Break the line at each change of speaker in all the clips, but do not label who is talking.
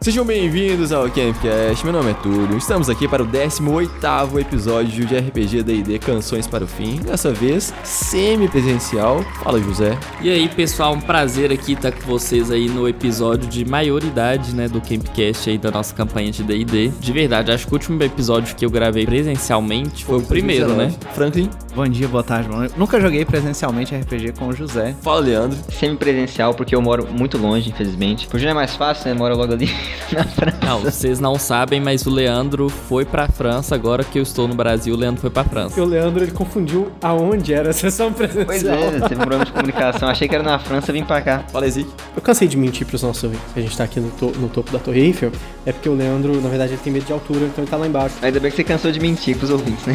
Sejam bem-vindos ao Campcast, meu nome é Túlio. Estamos aqui para o 18º episódio de RPG D&D Canções para o Fim, dessa vez semi-presencial. Fala, José.
E aí, pessoal, um prazer aqui estar com vocês aí no episódio de maioridade, né, do Campcast aí da nossa campanha de D&D. De verdade, acho que o último episódio que eu gravei presencialmente foi o primeiro, né?
Franklin.
Bom dia, boa tarde, mano. Nunca joguei presencialmente RPG com o José.
Fala, Leandro.
Semi-presencial, porque eu moro muito longe, infelizmente. Porque não é mais fácil, né? Mora logo ali na França.
Não, vocês não sabem, mas o Leandro foi pra França agora que eu estou no Brasil, o Leandro foi pra
E
França.
o Leandro, ele confundiu aonde era a sessão presencial.
Pois é, teve um problema de comunicação. Achei que era na França, vim pra cá.
Fala, Ezik.
Eu cansei de mentir pros nossos ouvintes. que A gente tá aqui no, to- no topo da Torre Eiffel. É porque o Leandro, na verdade, ele tem medo de altura, então ele tá lá embaixo.
Ainda bem que você cansou de mentir pros ouvintes, né?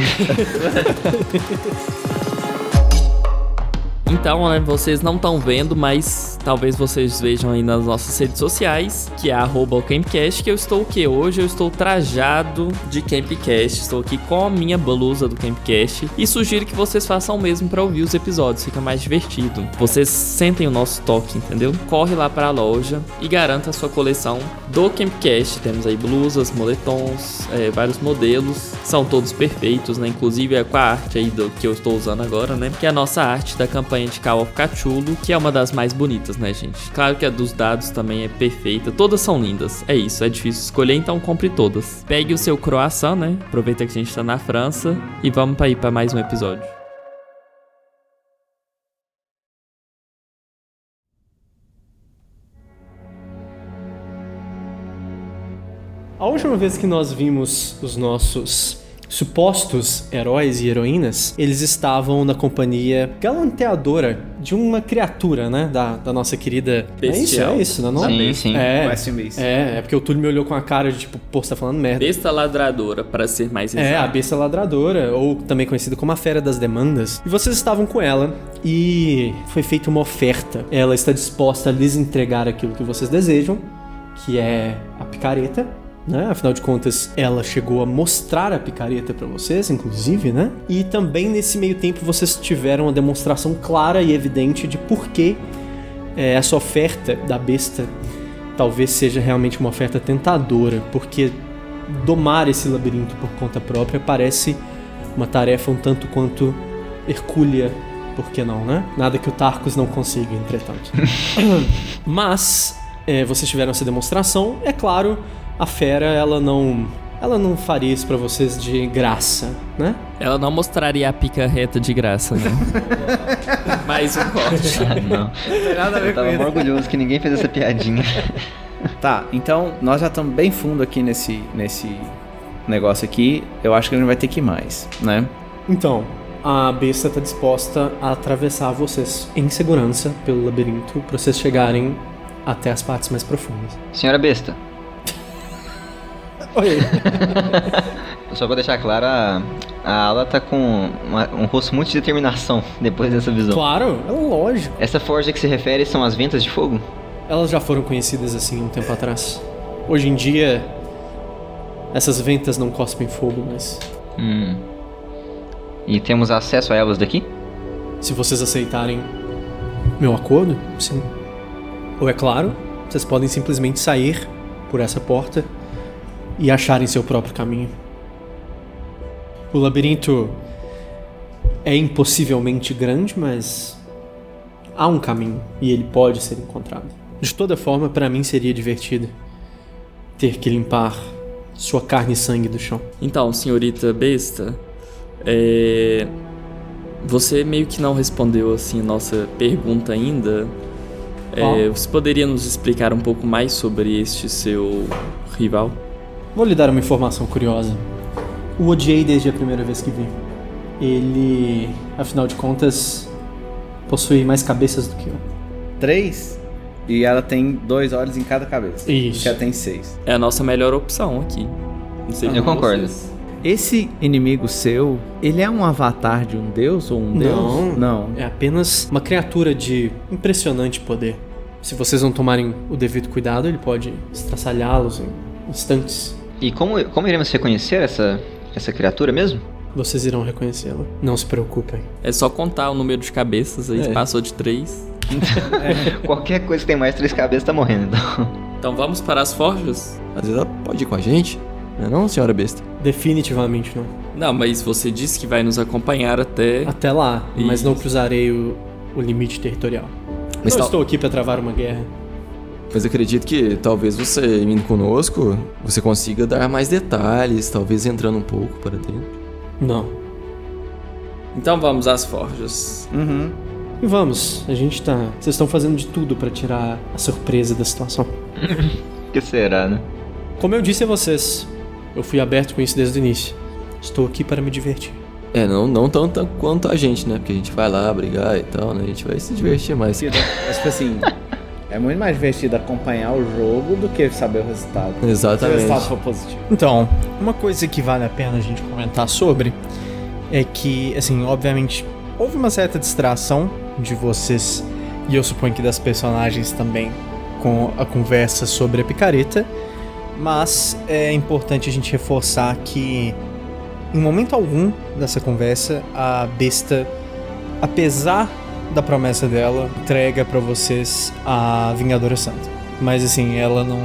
Então, né, vocês não estão vendo, mas talvez vocês vejam aí nas nossas redes sociais, que é arroba o Campcast, que eu estou o quê? Hoje eu estou trajado de Campcast, estou aqui com a minha blusa do Campcast e sugiro que vocês façam o mesmo para ouvir os episódios, fica mais divertido. Vocês sentem o nosso toque, entendeu? Corre lá para a loja e garanta a sua coleção do Campcast. Temos aí blusas, moletons, é, vários modelos, são todos perfeitos, né? Inclusive é com a arte aí do que eu estou usando agora, né? Que é a nossa arte da campanha de Call of Cthulhu, que é uma das mais bonitas, né, gente? Claro que a dos dados também é perfeita, todas são lindas. É isso, é difícil escolher, então compre todas. Pegue o seu croissant, né? Aproveita que a gente tá na França e vamos para ir para mais um episódio.
A última vez que nós vimos os nossos supostos heróis e heroínas, eles estavam na companhia galanteadora de uma criatura, né? Da, da nossa querida.
Bestial.
É isso, é isso, não é? não?
Sim, sim.
É,
O SMS.
é, é porque o Túlio me olhou com a cara de tipo, pô, você tá falando merda.
Besta ladradora, para ser mais
É, a
exato.
besta ladradora, ou também conhecida como a fera das demandas. E vocês estavam com ela e foi feita uma oferta. Ela está disposta a lhes entregar aquilo que vocês desejam, que é a picareta. Né? Afinal de contas, ela chegou a mostrar a picareta pra vocês, inclusive, né? E também nesse meio tempo vocês tiveram uma demonstração clara e evidente de por que é, essa oferta da besta talvez seja realmente uma oferta tentadora, porque domar esse labirinto por conta própria parece uma tarefa um tanto quanto hercúlea, por que não, né? Nada que o Tarkus não consiga, entretanto. Mas é, vocês tiveram essa demonstração, é claro, a fera ela não ela não faria isso pra vocês de graça, né?
Ela não mostraria a pica reta de graça, né? mais um corte.
Ah, não.
Nada a ver com
Eu tava mó
isso.
orgulhoso que ninguém fez essa piadinha.
Tá, então nós já estamos bem fundo aqui nesse, nesse negócio aqui. Eu acho que a gente vai ter que ir mais, né?
Então, a besta está disposta a atravessar vocês em segurança pelo labirinto pra vocês chegarem até as partes mais profundas.
Senhora besta,
Oi.
só pra deixar claro, a, a Ala tá com uma- um rosto muito de determinação depois dessa visão.
Claro, é lógico.
Essa forja que se refere são as ventas de fogo?
Elas já foram conhecidas assim um tempo atrás. Hoje em dia, essas ventas não cospem fogo, mas
Hum. E temos acesso a elas daqui?
se vocês aceitarem meu acordo, sim. Ou é claro, vocês podem simplesmente sair por essa porta e acharem seu próprio caminho. O labirinto é impossivelmente grande, mas há um caminho e ele pode ser encontrado. De toda forma, para mim seria divertido ter que limpar sua carne e sangue do chão.
Então, senhorita besta, é, você meio que não respondeu assim nossa pergunta ainda. É, Você poderia nos explicar um pouco mais sobre este seu rival?
Vou lhe dar uma informação curiosa. O odiei desde a primeira vez que vi. Ele, afinal de contas, possui mais cabeças do que eu.
Três. E ela tem dois olhos em cada cabeça.
Isso.
Já tem seis.
É a nossa melhor opção aqui. Não sei
Eu
como
concordo.
vocês.
Esse inimigo seu, ele é um avatar de um deus ou um deus?
Não.
Não.
É apenas uma criatura de impressionante poder. Se vocês não tomarem o devido cuidado, ele pode estraçalhá-los em instantes.
E como, como iremos reconhecer essa, essa criatura mesmo?
Vocês irão reconhecê-lo. Não se preocupem.
É só contar o número de cabeças aí,
É.
passou de três.
Qualquer coisa que tem mais três cabeças tá morrendo, então.
Então vamos para as forjas?
Às vezes ela pode ir com a gente, não é não, senhora besta?
Definitivamente não.
Não, mas você disse que vai nos acompanhar até.
Até lá, mas
Isso.
não cruzarei o, o limite territorial.
Mas
não
tal-
estou aqui para travar uma guerra.
Mas acredito que talvez você indo conosco, você consiga dar mais detalhes, talvez entrando um pouco para dentro.
Não.
Então vamos às forjas.
Uhum.
E vamos, a gente tá. Vocês estão fazendo de tudo para tirar a surpresa da situação.
O que será, né?
Como eu disse a vocês, eu fui aberto com isso desde o início. Estou aqui para me divertir.
É, não, não tanto quanto a gente, né? Porque a gente vai lá brigar e tal, né? A gente vai se divertir mais.
Mas, tipo assim, é muito mais divertido acompanhar o jogo do que saber o resultado. Se o resultado
Exatamente.
for positivo.
Então, uma coisa que vale a pena a gente comentar sobre é que, assim, obviamente houve uma certa distração de vocês e eu suponho que das personagens também com a conversa sobre a picareta, mas é importante a gente reforçar que em momento algum dessa conversa a besta, apesar da promessa dela, entrega pra vocês a Vingadora Santa. Mas assim, ela não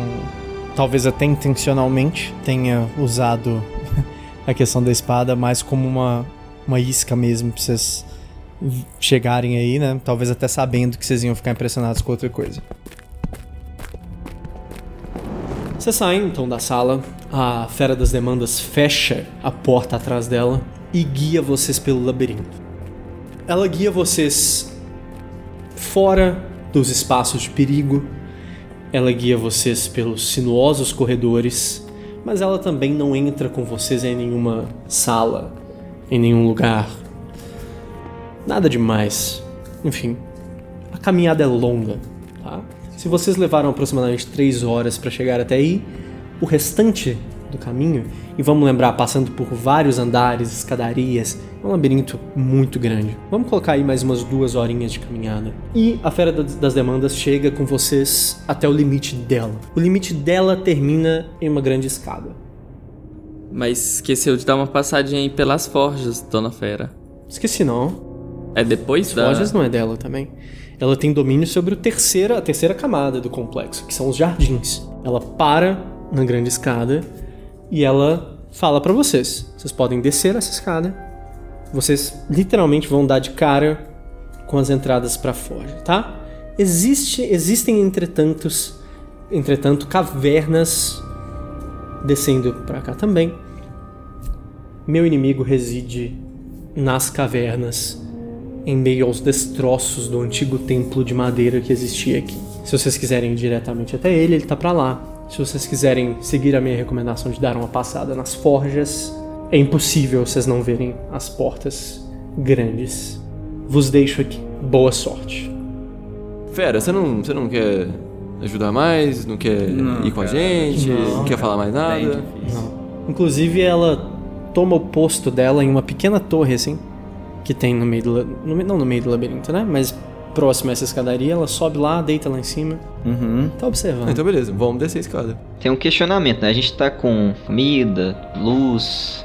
talvez até intencionalmente tenha usado a questão da espada mais como uma, uma isca mesmo pra vocês chegarem aí, né? Talvez até sabendo que vocês iam ficar impressionados com outra coisa.
Vocês saem então da sala, a Fera das Demandas fecha a porta atrás dela e guia vocês pelo labirinto. Ela guia vocês fora dos espaços de perigo, ela guia vocês pelos sinuosos corredores, mas ela também não entra com vocês em nenhuma sala, em nenhum lugar. Nada demais. Enfim, a caminhada é longa, tá? Se vocês levaram aproximadamente 3 horas para chegar até aí, o restante do caminho, e vamos lembrar, passando por vários andares, escadarias, é um labirinto muito grande. Vamos colocar aí mais umas duas horinhas de caminhada. E a Fera das das Demandas chega com vocês até o limite dela. O limite dela termina em uma grande escada.
Mas esqueceu de dar uma passadinha aí pelas forjas, Dona Fera.
Esqueci não.
É depois da.
Lojas não é dela também. Ela tem domínio sobre o terceira, a terceira camada do complexo, que são os jardins. Ela para na grande escada e ela fala pra vocês. Vocês podem descer essa escada. Vocês literalmente vão dar de cara com as entradas pra fora, tá? Existe, existem entretantos, entretanto cavernas descendo pra cá também. Meu inimigo reside nas cavernas em meio aos destroços do antigo templo de madeira que existia aqui. Se vocês quiserem ir diretamente até ele, ele tá pra lá. Se vocês quiserem seguir a minha recomendação de dar uma passada nas forjas, é impossível vocês não verem as portas grandes. Vos deixo aqui. Boa sorte.
Fera, você não, você não quer ajudar mais? Não quer ir com a gente? Não, quer falar mais
Bem
nada? Ah,
difícil.
Inclusive, ela toma o posto dela em uma pequena torre, assim, que tem no meio do. la- no me- não no meio do labirinto, né? Mas próximo a essa escadaria, ela sobe lá, deita lá em cima.
Uhum.
Tá observando.
Ah, Então beleza, vamos descer a escada.
Tem um questionamento, né? A gente tá com comida, luz,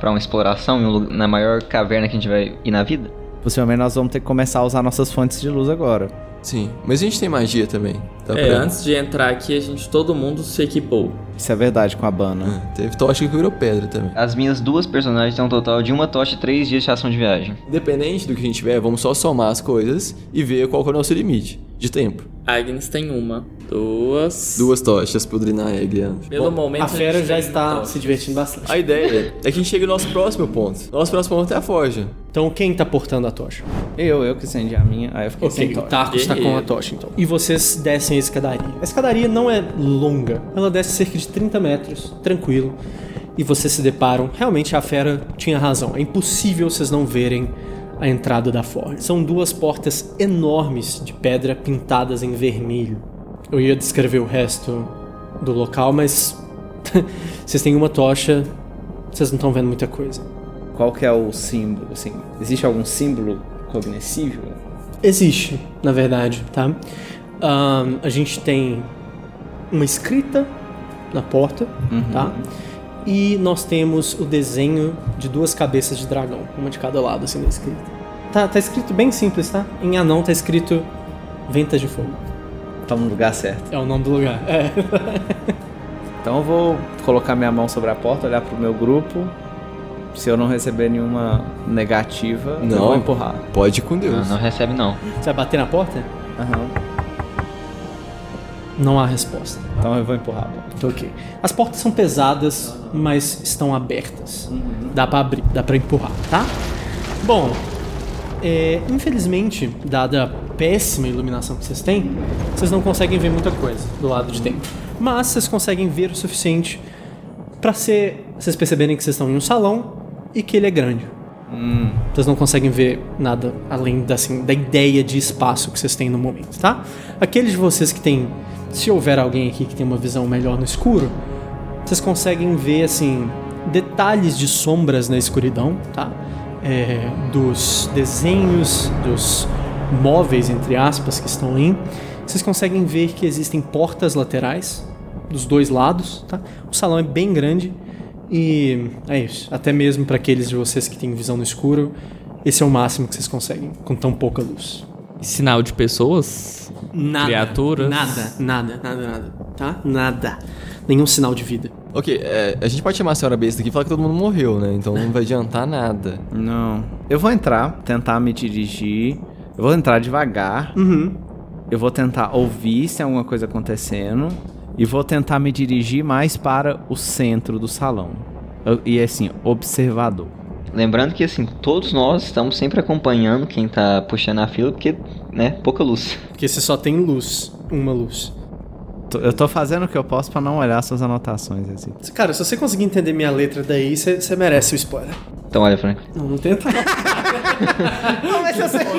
pra uma exploração em um lu- na maior caverna que a gente vai ir na vida.
Possivelmente nós vamos ter que começar a usar nossas fontes de luz agora.
Sim, mas a gente tem magia também. tá? Dá
É, antes de entrar aqui, a gente, todo mundo se equipou.
Isso é verdade com a Bana.
Ah, Teve tocha que virou pedra também.
As minhas duas personagens têm um total de uma tocha e três dias de ação de viagem.
Independente do que a gente tiver, vamos só somar as coisas e ver qual que é o nosso limite de tempo.
Agnes tem uma, duas.
Duas tochas pro Drinar e Leandro.
Pelo momento.
A fera
gente
já
tem um
está
toque.
se divertindo bastante.
A ideia é que a gente chegue no nosso próximo ponto. Nosso próximo ponto é a forja.
Então quem tá portando a tocha?
Eu, eu que acendi a minha, aí eu fiquei sem
o
toque.
Tarkus está com a
Guerreiro.
tocha então. tá. E vocês descem a escadaria. A escadaria não é longa, ela desce cerca de 30 metros, tranquilo. E vocês se deparam, realmente a fera tinha razão. É impossível vocês não verem a entrada da forja. São duas portas enormes de pedra pintadas em vermelho. Eu ia descrever o resto do local, mas vocês têm uma tocha, vocês não estão vendo muita coisa.
Qual que é o símbolo, assim? Existe algum símbolo cognoscível?
Existe, na verdade, tá? Ahn, a gente tem uma escrita na porta, tá? E nós temos o desenho de duas cabeças de dragão, uma de cada lado, assim, da escrita. Tá, tá escrito bem simples, tá? Em anão tá escrito Ventas de Fogo.
Tá no lugar certo.
É o nome do lugar. É.
Então eu vou colocar minha mão sobre a porta, olhar pro meu grupo. Se eu não receber nenhuma negativa, eu
Não.
vou empurrar.
Pode ir com
Não,
Deus.
Ah, não recebe não.
Você vai bater na porta?
Aham.
Não há resposta.
Então eu vou empurrar a porta.
Ok. As portas são pesadas, mas estão abertas. Dá pra abrir, dá pra empurrar, tá? Bom, é, infelizmente, dada a péssima iluminação que vocês têm, vocês não conseguem ver muita coisa do lado de dentro. Mas vocês conseguem ver o suficiente pra ser, vocês perceberem que vocês estão em um salão e que ele é grande. Vocês não conseguem ver nada além da, assim, da ideia de espaço que vocês têm no momento, tá? Aqueles de vocês que têm. Se houver alguém aqui que tem uma visão melhor no escuro, vocês conseguem ver, assim, detalhes de sombras na escuridão, tá? É, dos desenhos, dos móveis, entre aspas, que estão ali. Vocês conseguem ver que existem portas laterais dos dois lados, tá? O salão é bem grande. E é isso. Até mesmo para aqueles de vocês que têm visão no escuro, esse é o máximo que vocês conseguem com tão pouca luz.
Sinal de pessoas?
Nada.
Criaturas?
Nada, nada, nada, nada. Tá? Nada. Nenhum sinal de vida.
Ok, é, a gente pode chamar a senhora besta aqui e falar que todo mundo morreu, né? Então não vai adiantar nada.
Não. Eu vou entrar, tentar me dirigir. Eu vou entrar devagar.
Uhum.
Eu vou tentar ouvir se tem alguma coisa acontecendo. E vou tentar me dirigir mais para o centro do salão. Eu- E assim, observador.
Lembrando que assim, todos nós estamos sempre acompanhando quem tá puxando a fila, porque, né, pouca luz.
Porque você só tem luz. Uma luz.
Tô- Eu tô fazendo o que eu posso pra não olhar suas anotações assim.
Cara, se você conseguir entender minha letra daí, você você merece o spoiler.
Então olha, Frank.
Não, não tenta.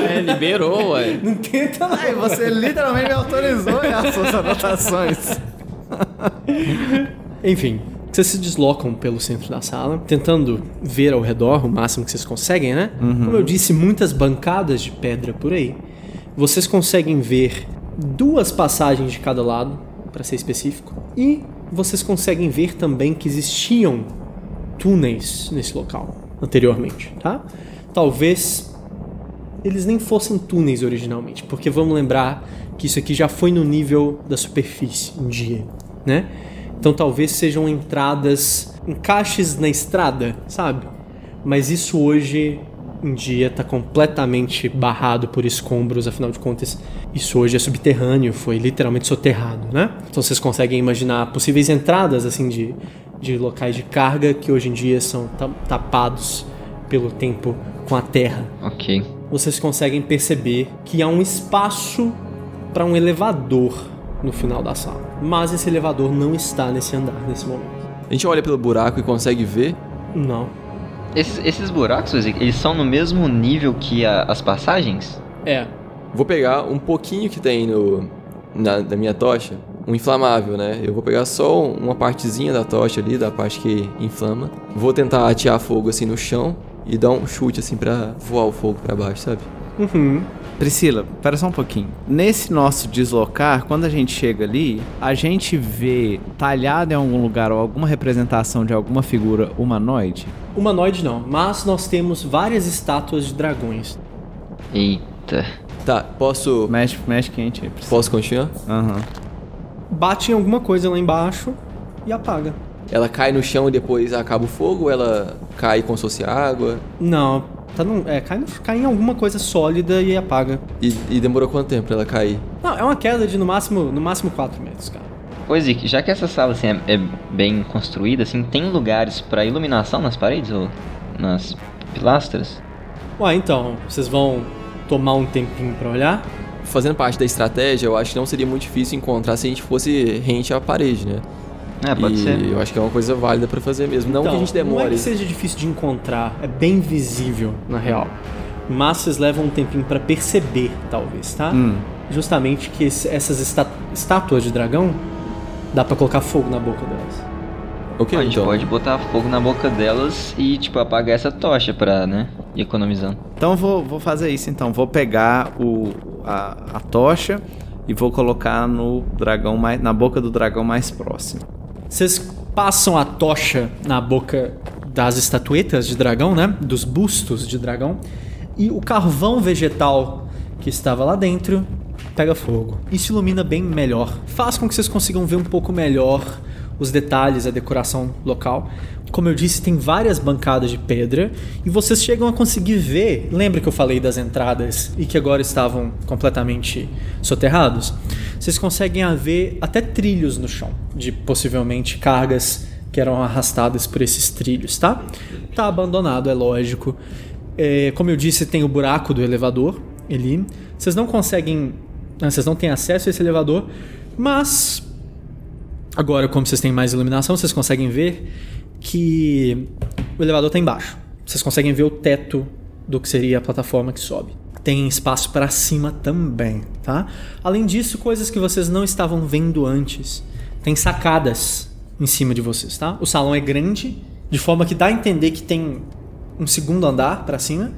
É, liberou, ué.
Não tenta.
Ai, você literalmente me autorizou a olhar suas anotações.
Enfim, vocês se deslocam pelo centro da sala, tentando ver ao redor o máximo que vocês conseguem, né? Como eu disse, muitas bancadas de pedra por aí. Vocês conseguem ver duas passagens de cada lado, para ser específico, e vocês conseguem ver também que existiam túneis nesse local anteriormente, tá? Talvez eles nem fossem túneis originalmente, porque vamos lembrar que isso aqui já foi no nível da superfície um dia, né? Então talvez sejam entradas, encaixes na estrada, sabe? Mas isso hoje em dia tá completamente barrado por escombros, afinal de contas, isso hoje é subterrâneo, foi literalmente soterrado, né? Então vocês conseguem imaginar possíveis entradas assim de, de locais de carga que hoje em dia são ta- tapados pelo tempo com a terra
Ok.
vocês conseguem perceber que há um espaço para um elevador no final da sala. Mas esse elevador não está nesse andar nesse momento.
A gente olha pelo buraco e consegue ver.
Não.
Esses, esses buracos, Suzy, eles são no mesmo nível que a- as passagens?
É.
Vou pegar um pouquinho que tem no, na, na minha tocha. Um inflamável, né? Eu vou pegar só uma partezinha da tocha ali, da parte que inflama. Vou tentar atear fogo assim no chão e dar um chute assim pra voar o fogo pra baixo, sabe?
Uhum.
Priscila, pera só um pouquinho. Nesse nosso deslocar, quando a gente chega ali, a gente vê talhado em algum lugar ou alguma representação de alguma figura humanoide.
Humanoide não, mas nós temos várias estátuas de dragões.
Eita.
Tá, posso.
Mexe, mexe quente aí, Priscila.
Posso continuar?
Aham.
Bate em alguma coisa lá embaixo e apaga.
Ela cai no chão e depois acaba o fogo? ou Ela cai como se fosse água?
Não, tá num, é, cai, no- cai em alguma coisa sólida e apaga.
E, e demorou quanto tempo pra ela cair?
Não, é uma queda de no máximo, no máximo 4 metros, cara.
Ô, Zic, já que essa sala assim, é, é bem construída, assim, tem lugares pra iluminação nas paredes ou nas pilastras?
Ué, então, vocês vão tomar um tempinho pra olhar?
Fazendo parte da estratégia, eu acho que não seria muito difícil encontrar se a gente fosse rente à parede, né?
É, pode
e
ser. Então,
eu acho que é uma coisa válida pra fazer mesmo. Não que a gente
Não é
demore.
que seja difícil de encontrar, é bem visível, na real. Mas vocês levam um tempinho pra perceber, talvez, tá?
Hum.
Justamente que esse- essas esta- estátuas de dragão dá pra colocar fogo na boca delas.
Ok,
A gente
então.
pode botar fogo na boca delas e, tipo, apagar essa tocha pra, né, ir economizando.
Então eu vou, vou fazer isso então. Vou pegar o, a, a tocha e vou colocar no dragão mais, na boca do dragão mais próximo.
Vocês passam a tocha na boca das estatuetas de dragão, né? Dos bustos de dragão. E o carvão vegetal que estava lá dentro
pega fogo. Isso ilumina bem melhor. Faz com que vocês consigam ver um pouco melhor os detalhes, a decoração local. Como eu disse, tem várias bancadas de pedra e vocês chegam a conseguir ver. Lembra que eu falei das entradas e que agora estavam completamente soterrados? Vocês conseguem a ver até trilhos no chão de possivelmente cargas que eram arrastadas por esses trilhos, tá? Tá abandonado, é lógico. É, como eu disse, tem o buraco do elevador ali. Vocês não conseguem. ah, Vocês não têm acesso a esse elevador, mas. Agora, como vocês têm mais iluminação, vocês conseguem ver que o elevador tá embaixo. Vocês conseguem ver o teto do que seria a plataforma que sobe. Tem espaço para cima também, tá? Além disso, coisas que vocês não estavam vendo antes. Tem sacadas em cima de vocês, tá? O salão é grande, de forma que dá a entender que tem um segundo andar para cima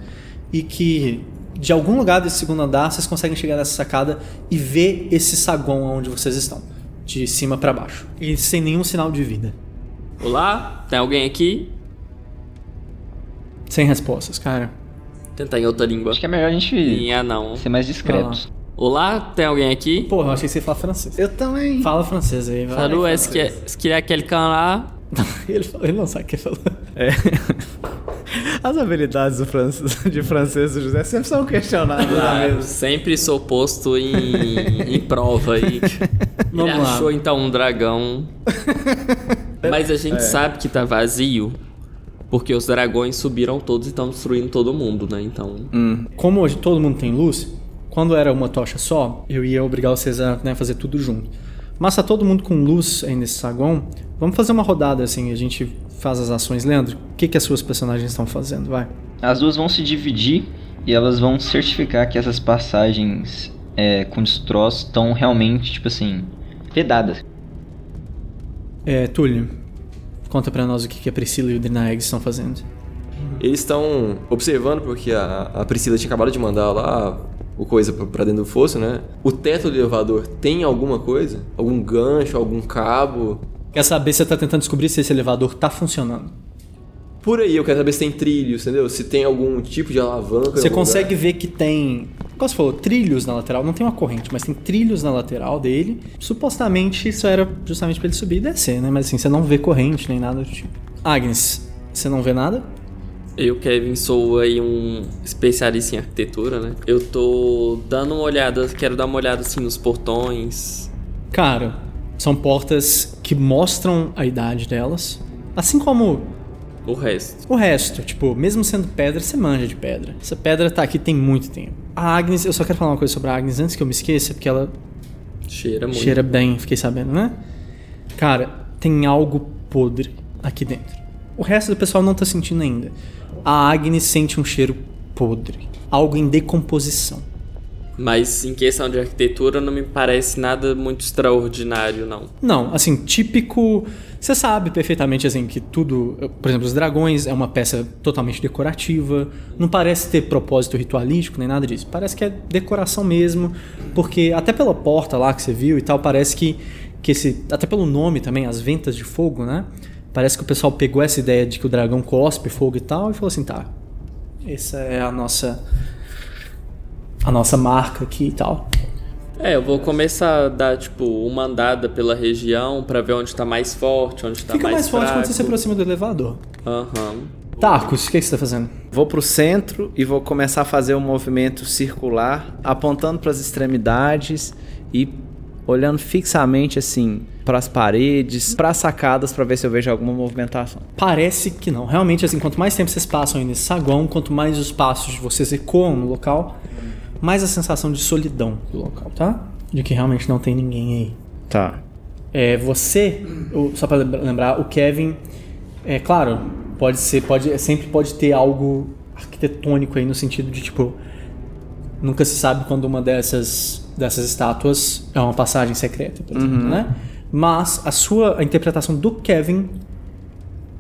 e que de algum lugar desse segundo andar vocês conseguem chegar nessa sacada e ver esse saguão onde vocês estão, de cima para baixo, e sem nenhum sinal de vida.
Olá, tem alguém aqui?
Sem respostas, cara.
Tentar em outra língua.
Acho que é melhor a gente
Minha não.
ser mais discreto.
Olá, tem alguém aqui?
Porra, eu achei que você ia falar francês.
Eu também.
Fala francês aí, vai.
Saru, est-ce que é est-ce qu'il y a quelqu'un là?
Ele, falou- ele não sabe o que ele falou.
É. As habilidades do francês, de francês do José sempre são questionadas né? na
Ah, eu
mesa.
sempre sou posto em, em prova aí. Ele
Vamos lá.
achou então um dragão. Mas a gente sabe que tá vazio. Porque os dragões subiram todos e estão destruindo todo mundo, né? Então.
Hum.
Como hoje todo mundo tem luz, quando era uma tocha só, eu ia obrigar vocês a né, fazer tudo junto. Mas tá todo mundo com luz aí nesse saguão. Vamos fazer uma rodada assim, a gente faz as ações, Leandro. O que, que as suas personagens estão fazendo? Vai.
As duas vão se dividir e elas vão certificar que essas passagens é, com destroços estão realmente, tipo assim, vedadas.
É, Túlio, conta pra nós o que, que a Priscila e o Drinaeg estão fazendo.
Eles estão observando, porque a, a Priscila tinha acabado de mandar lá o coisa pra- pra dentro do fosso, né? O teto do elevador tem alguma coisa? Algum gancho, algum cabo?
Quer saber se você tá tentando descobrir se esse elevador tá funcionando?
Por aí, eu quero saber se tem trilhos, entendeu? Se tem algum tipo de alavanca. em
Você
algum lugar.
consegue ver que tem. Como você falou, trilhos na lateral. Não tem uma corrente, mas tem trilhos na lateral dele. Supostamente isso era justamente pra ele subir e descer, né? Mas assim, você não vê corrente nem nada do tipo. Agnes, você não vê nada?
Eu, Kevin, sou aí um especialista em arquitetura, né? Eu tô dando uma olhada, quero dar uma olhada assim nos portões.
Cara, são portas que mostram a idade delas. Assim como
O resto.
o resto. Tipo, mesmo sendo pedra, você manja de pedra. Essa pedra tá aqui tem muito tempo. A Agnes, eu só quero falar uma coisa sobre a Agnes antes que eu me esqueça, porque ela
Cheira É muito.
Cheira bem, fiquei sabendo, né? Cara, tem algo podre aqui dentro. O resto do pessoal não tá sentindo ainda. A Agnes sente um cheiro podre. Algo em decomposição.
Mas em questão de arquitetura não me parece nada muito extraordinário, não.
Não, assim, típico. Você sabe perfeitamente, assim, que tudo. Por exemplo, os dragões é uma peça totalmente decorativa. Não parece ter propósito ritualístico nem nada disso. Parece que é decoração mesmo. Porque até pela porta lá que você viu e tal, parece que. que esse, até pelo nome também, as ventas de fogo, né? Parece que o pessoal pegou essa ideia de que o dragão cospe fogo e tal e falou assim: tá, essa é a nossa. a nossa marca aqui e tal.
É, eu vou começar a dar, tipo, uma andada pela região pra ver onde tá mais forte, onde tá
Fica mais,
mais
forte
fraco.
quando você se aproxima do elevador.
Aham.
Tarcos, o que, que você tá fazendo?
Vou pro centro e vou começar a fazer um movimento circular, apontando pras extremidades e olhando fixamente assim pras paredes, pras sacadas pra ver se eu vejo alguma movimentação.
Parece que não. Realmente, assim, quanto mais tempo vocês passam aí nesse saguão, quanto mais os passos de vocês ecoam no local, mais a sensação de solidão do local, tá? De que realmente não tem ninguém
Tá.
aí. É, você, o- só pra lembra- lembrar, o Kevin, é claro, pode ser, pode, é, sempre pode ter algo arquitetônico aí no sentido de tipo. Nunca se sabe quando uma dessas, dessas estátuas é uma passagem secreta, por exemplo, né? Mas a sua a interpretação do Kevin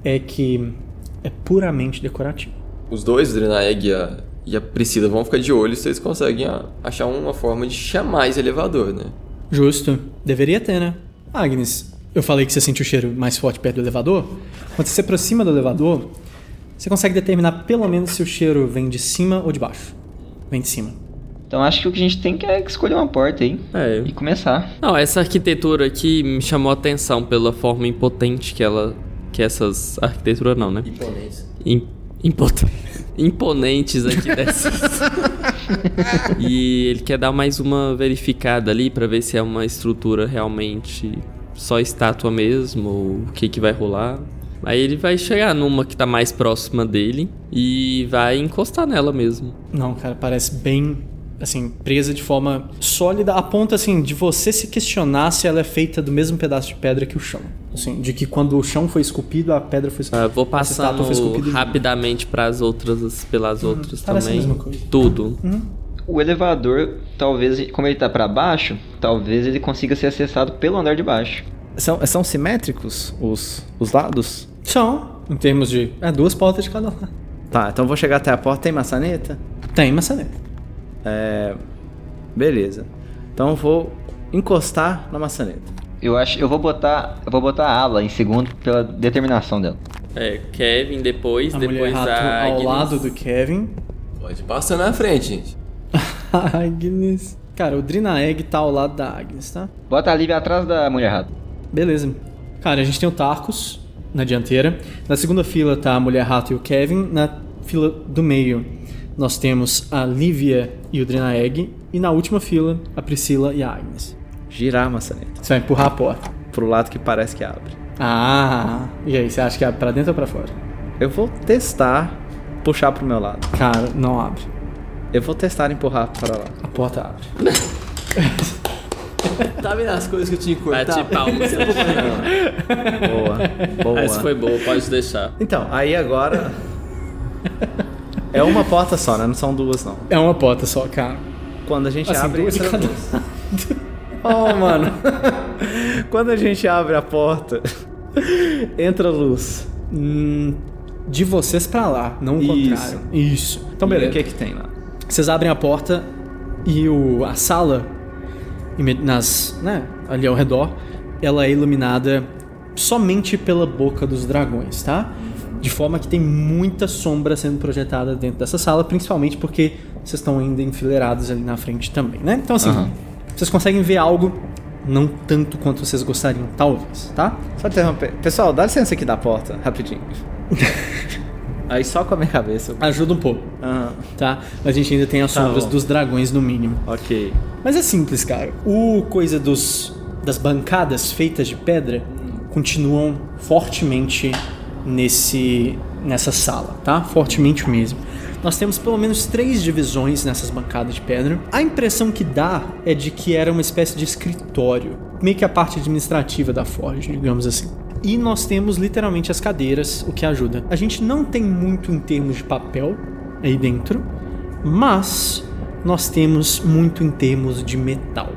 é que é puramente decorativo.
Os dois, o Drenaeg e a, e a Priscila, vão ficar de olho se eles conseguem ah, achar uma forma de chamar esse elevador, né?
Justo. Deveria ter, né? Agnes, eu falei que você sentiu o cheiro mais forte perto do elevador. Quando você se aproxima do elevador, você consegue determinar pelo menos se o cheiro vem de cima ou de baixo. Vem de cima.
Então acho que o que a gente tem que é escolher uma porta aí
É.
e começar.
Não, essa arquitetura aqui me chamou a atenção pela forma impotente que ela. Que essas. Arquitetura não, né?
Imponência.
Im- impoten- Imponentes aqui dessas. e ele quer dar mais uma verificada ali pra ver se é uma estrutura realmente só estátua mesmo ou o que que vai rolar. Aí ele vai chegar numa que tá mais próxima dele e vai encostar nela mesmo.
Não, cara, parece bem assim, presa de forma sólida, a ponto assim de você se questionar se ela é feita do mesmo pedaço de pedra que o chão. Assim, de que quando o chão foi esculpido, a pedra foi esculpida.
Ah, vou passando
estátua foi esculpida de-
rapidamente pras outras, pelas outras
Uhum. parece a
também.
mesma coisa.
Tudo.
O elevador, talvez, como ele tá pra baixo, talvez ele consiga ser acessado pelo andar de baixo.
São, são simétricos os, os lados?
São, em termos de, é duas portas de cada lado.
Tá, então eu vou chegar até a porta. Tem maçaneta?
Tem maçaneta.
Beleza. Então eu vou encostar na maçaneta.
Eu acho, eu vou botar, eu vou botar a ala em segundo pela determinação dela.
É, Kevin depois,
A mulher
depois
rato
a
ao
Agnes.
lado do Kevin.
Pode passar na frente, gente.
A Agnes. Cara, o Drinaeg tá ao lado da Agnes, tá?
Bota a Lívia atrás da mulher rato.
Beleza. Cara, a gente tem o Tarkus na dianteira. Na segunda fila tá a Mulher Rato e o Kevin. Na fila do meio nós temos a Lívia e o Drinaeg. E na última fila, a Priscila e a Agnes.
Girar a maçaneta
Você vai empurrar a porta.
pro lado que parece que abre.
Ah, e aí, você acha que abre pra dentro ou pra fora?
Eu vou testar puxar pro meu lado.
Cara, não abre.
Eu vou testar empurrar para lá.
A porta abre.
Tá vendo as coisas que eu tinha que cortar?
Bate palmas.
Boa, boa.
Essa foi boa, pode deixar.
Então, aí agora. é uma porta só, né? Não são duas, não.
É uma porta só, cara.
Quando a gente
Assim,
abre. é
duas de cada
Oh, mano. Quando a gente abre a porta, entra luz.
Hum, de vocês pra lá, não o
Isso.
contrário. Isso. Então,
E
beleza.
O que que tem lá?
Vocês abrem a porta e o, a sala ime- nas, né, ali ao redor, ela é iluminada somente pela boca dos dragões, tá? De forma que tem muita sombra sendo projetada dentro dessa sala, principalmente porque vocês estão ainda enfileirados ali na frente também, né? Então assim, vocês conseguem ver algo não tanto quanto vocês gostariam, talvez, tá?
Só interromper. Pessoal, dá licença aqui da porta, rapidinho. aí só com a minha cabeça. eu-
Ajuda um pouco,
Ah,
tá? A gente ainda tem as
Tá
sombras
bom.
dos dragões no mínimo.
ok.
Mas é simples, cara. O coisa dos das bancadas feitas de pedra continuam fortemente nesse nessa sala, tá? Fortemente mesmo. Nós temos pelo menos três divisões nessas bancadas de pedra. A impressão que dá é de que era uma espécie de escritório, meio que a parte administrativa da Forge, digamos assim. E nós temos literalmente as cadeiras, o que ajuda. A gente não tem muito em termos de papel aí dentro, mas nós temos muito em termos de metal.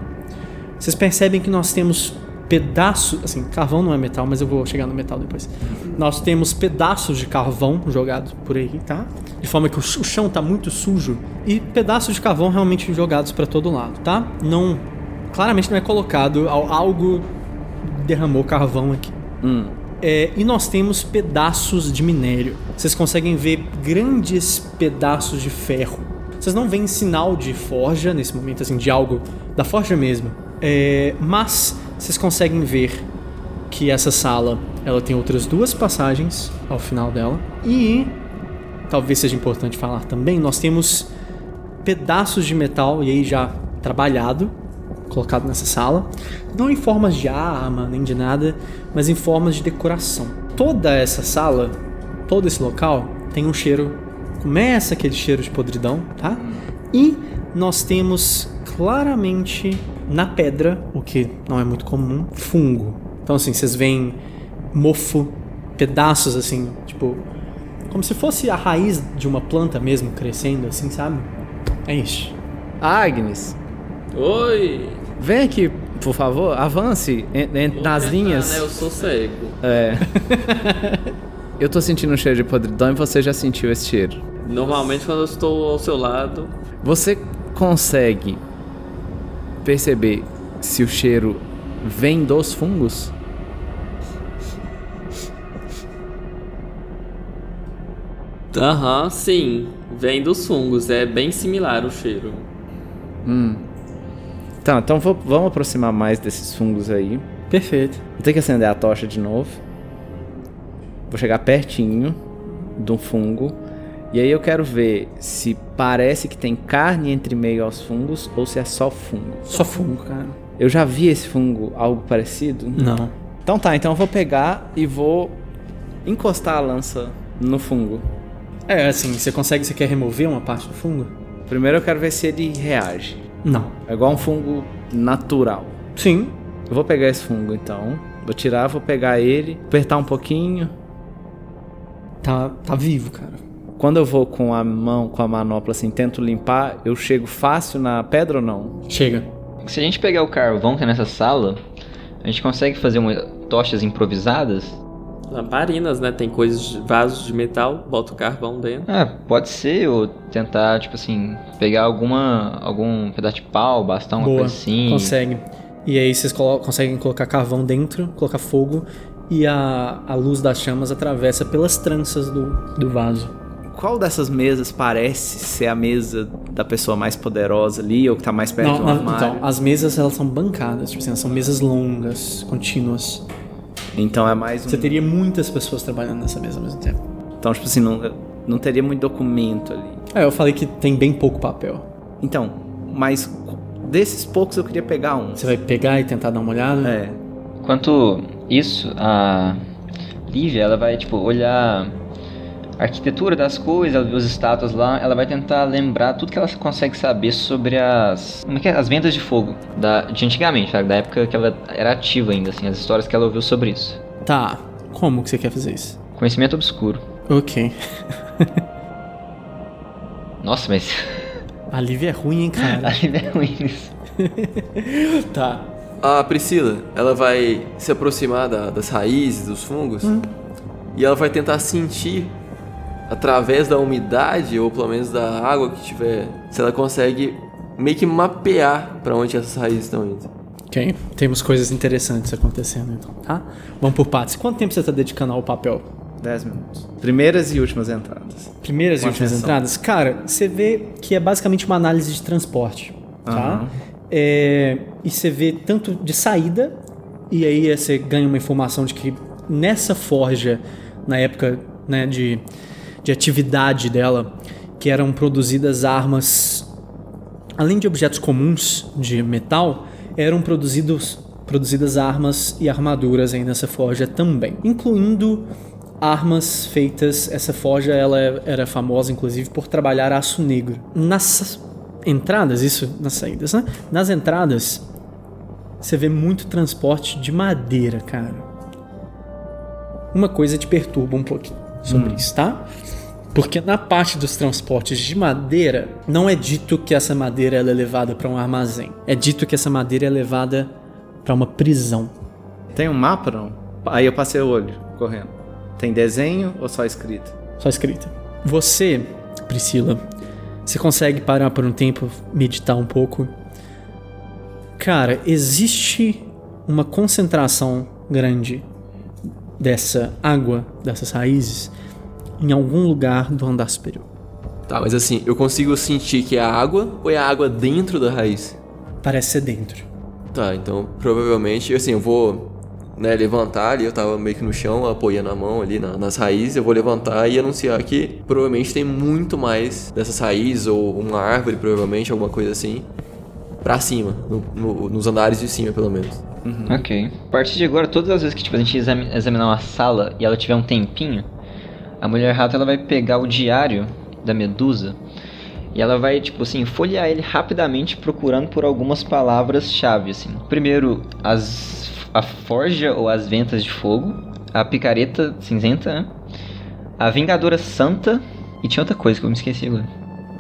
Vocês percebem que nós temos pedaços, assim, carvão não é metal, mas eu vou chegar no metal depois. Nós temos pedaços de carvão jogados por aí, tá? De forma que o ch- o chão tá muito sujo e pedaços de carvão realmente jogados para todo lado, tá? Não, claramente não é colocado al- algo derramou carvão aqui. É, e nós temos pedaços de minério. Vocês conseguem ver grandes pedaços de ferro. Vocês não veem sinal de forja nesse momento, assim, de algo da forja mesmo. É, mas vocês conseguem ver que essa sala ela tem outras duas passagens ao final dela. E talvez seja importante falar também, nós temos pedaços de metal, e aí já trabalhado, colocado nessa sala. Não em formas de arma, nem de nada, mas em formas de decoração. Toda essa sala, todo esse local, tem um cheiro. Começa aquele cheiro de podridão, tá? E nós temos claramente na pedra, o que não é muito comum, fungo. Então, assim, vocês veem mofo, pedaços assim, tipo. Como se fosse a raiz de uma planta mesmo crescendo, assim, sabe? É isso.
Agnes,
Oi!
vem aqui, por favor, avance en- en-
Vou
nas
tentar,
linhas. É.
né? Eu sou cego.
Eu tô sentindo um cheiro de podridão e você já sentiu esse cheiro.
Normalmente quando eu estou ao seu lado.
Você consegue perceber se o cheiro vem dos fungos?
Aham, sim. Vem dos fungos, é bem similar o cheiro.
Hum. Tá, então vou- vamos aproximar mais desses fungos aí.
Perfeito.
Vou ter que acender a tocha de novo. Vou chegar pertinho do fungo. E aí eu quero ver se parece que tem carne entre meio aos fungos ou se é só fungo.
Só fungo, cara.
Eu já vi esse fungo, algo parecido.
Não.
Então tá, então eu vou pegar e vou encostar a lança no fungo.
É assim, você consegue, você quer remover uma parte do fungo?
Primeiro eu quero ver se ele reage.
Não.
É igual um fungo natural.
Sim.
Eu vou pegar esse fungo então. Vou tirar, vou pegar ele, apertar um pouquinho.
Tá, tá vivo, cara.
Quando eu vou com a mão, com a manopla assim, tento limpar, eu chego fácil na pedra ou não?
Chega.
Se a gente pegar o carvão que é nessa sala, a gente consegue fazer uma- tochas improvisadas?
Lamparinas, né? Tem coisas, de- vasos de metal, bota o carvão dentro.
Ah, pode ser, ou tentar, tipo assim, pegar alguma. algum pedaço de pau, bastar uma
Boa.
coisa assim.
Consegue. E aí vocês colo- conseguem colocar carvão dentro, colocar fogo, e a, a luz das chamas atravessa pelas tranças do, do vaso.
Qual dessas mesas parece ser a mesa da pessoa mais poderosa ali ou que tá mais perto
Não,
do
a-
armário?
então, as mesas elas são bancadas, tipo assim, elas são mesas longas, contínuas.
Então é mais um.
Você teria muitas pessoas trabalhando nessa mesa ao mesmo tempo.
Então, tipo assim, não, não teria muito documento ali.
É, eu falei que tem bem pouco papel.
Então, mas desses poucos eu queria pegar um.
Você vai pegar e tentar dar uma olhada?
É.
Enquanto isso, a Lívia, ela vai, tipo, olhar a arquitetura das coisas, ela vê os status lá, ela vai tentar lembrar tudo que ela consegue saber sobre as... Como é que é? As vendas de fogo da, de antigamente, sabe? Da época que ela era ativa ainda, assim, as histórias que ela ouviu sobre isso.
Tá. Como que você quer fazer isso?
Conhecimento obscuro.
Ok.
Nossa, mas
A Lívia é ruim, hein,
a
cara?
Lívia é ruim nisso.
tá.
A Priscila, ela vai se aproximar da- das raízes, dos fungos, e ela vai tentar sentir, através da umidade, ou pelo menos da água que tiver, se ela consegue meio que mapear pra onde essas raízes estão indo.
Ok. Temos coisas interessantes acontecendo, então, tá? Vamos por partes. Quanto tempo você tá dedicando ao papel?
10 minutos. Primeiras e últimas entradas.
Primeiras e
Com
últimas
atenção.
entradas? Cara, você vê que é basicamente uma análise de transporte, tá? É, e você vê tanto de saída, e aí você ganha uma informação de que nessa forja, na época né, de, de atividade dela, que eram produzidas armas Além de objetos comuns de metal, eram produzidos, produzidas armas e armaduras aí nessa forja também, incluindo armas feitas. Essa forja ela é, era famosa inclusive por trabalhar aço negro. Nas entradas, isso, nas saídas, né? Nas entradas, você vê muito transporte de madeira, cara. Uma coisa te perturba um pouquinho sobre isso, tá? Porque na parte dos transportes de madeira, não é dito que essa madeira ela é levada para um armazém. É dito que essa madeira é levada para uma prisão.
Tem um mapa não? Aí eu passei o olho correndo. Tem desenho ou só escrito?
Só escrita. Você, Priscila, você consegue parar por um tempo, meditar um pouco. Cara, existe uma concentração grande dessa água, dessas raízes, em algum lugar do andar superior.
Tá, mas assim, eu consigo sentir que é a água ou é a água dentro da raiz?
Parece ser dentro.
Tá, então provavelmente, assim, eu vou né, levantar ali, eu tava meio que no chão, apoiando a mão ali na- nas raízes, eu vou levantar e anunciar que provavelmente tem muito mais dessas raízes, ou uma árvore, provavelmente, alguma coisa assim, pra cima, no- no- nos andares de cima, pelo menos.
Uhum.
Ok. A partir de agora, todas as vezes que tipo, a gente exami- examinar uma sala e ela tiver um tempinho, a mulher rata ela vai pegar o diário da medusa e ela vai, tipo assim, folhear ele rapidamente procurando por algumas palavras-chave, assim. Primeiro, as, a forja ou as ventas de fogo, a picareta cinzenta, né? A vingadora santa e tinha outra coisa que eu me esqueci agora.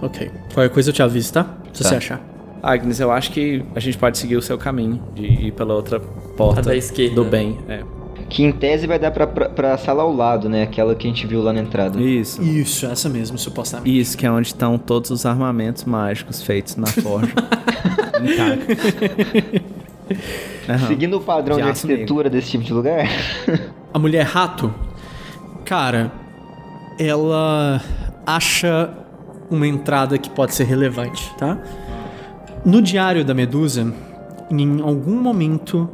Ok. Qualquer coisa eu te aviso, tá? Se
Tá.
você achar.
Agnes, eu acho que a gente pode seguir o seu caminho de ir pela outra porta
A da esquerda.
do bem. É.
Que em tese vai dar pra, pra, pra sala ao lado, né? Aquela que a gente viu lá na entrada.
Isso.
Isso, essa mesmo, supostamente.
Isso, que é onde estão todos os armamentos mágicos feitos na forja. Intacto. Aham.
Seguindo o padrão
De
de,
aço negro.
arquitetura desse tipo de lugar.
A mulher rato, cara, ela acha uma entrada que pode ser relevante, tá? No diário da Medusa, em algum momento,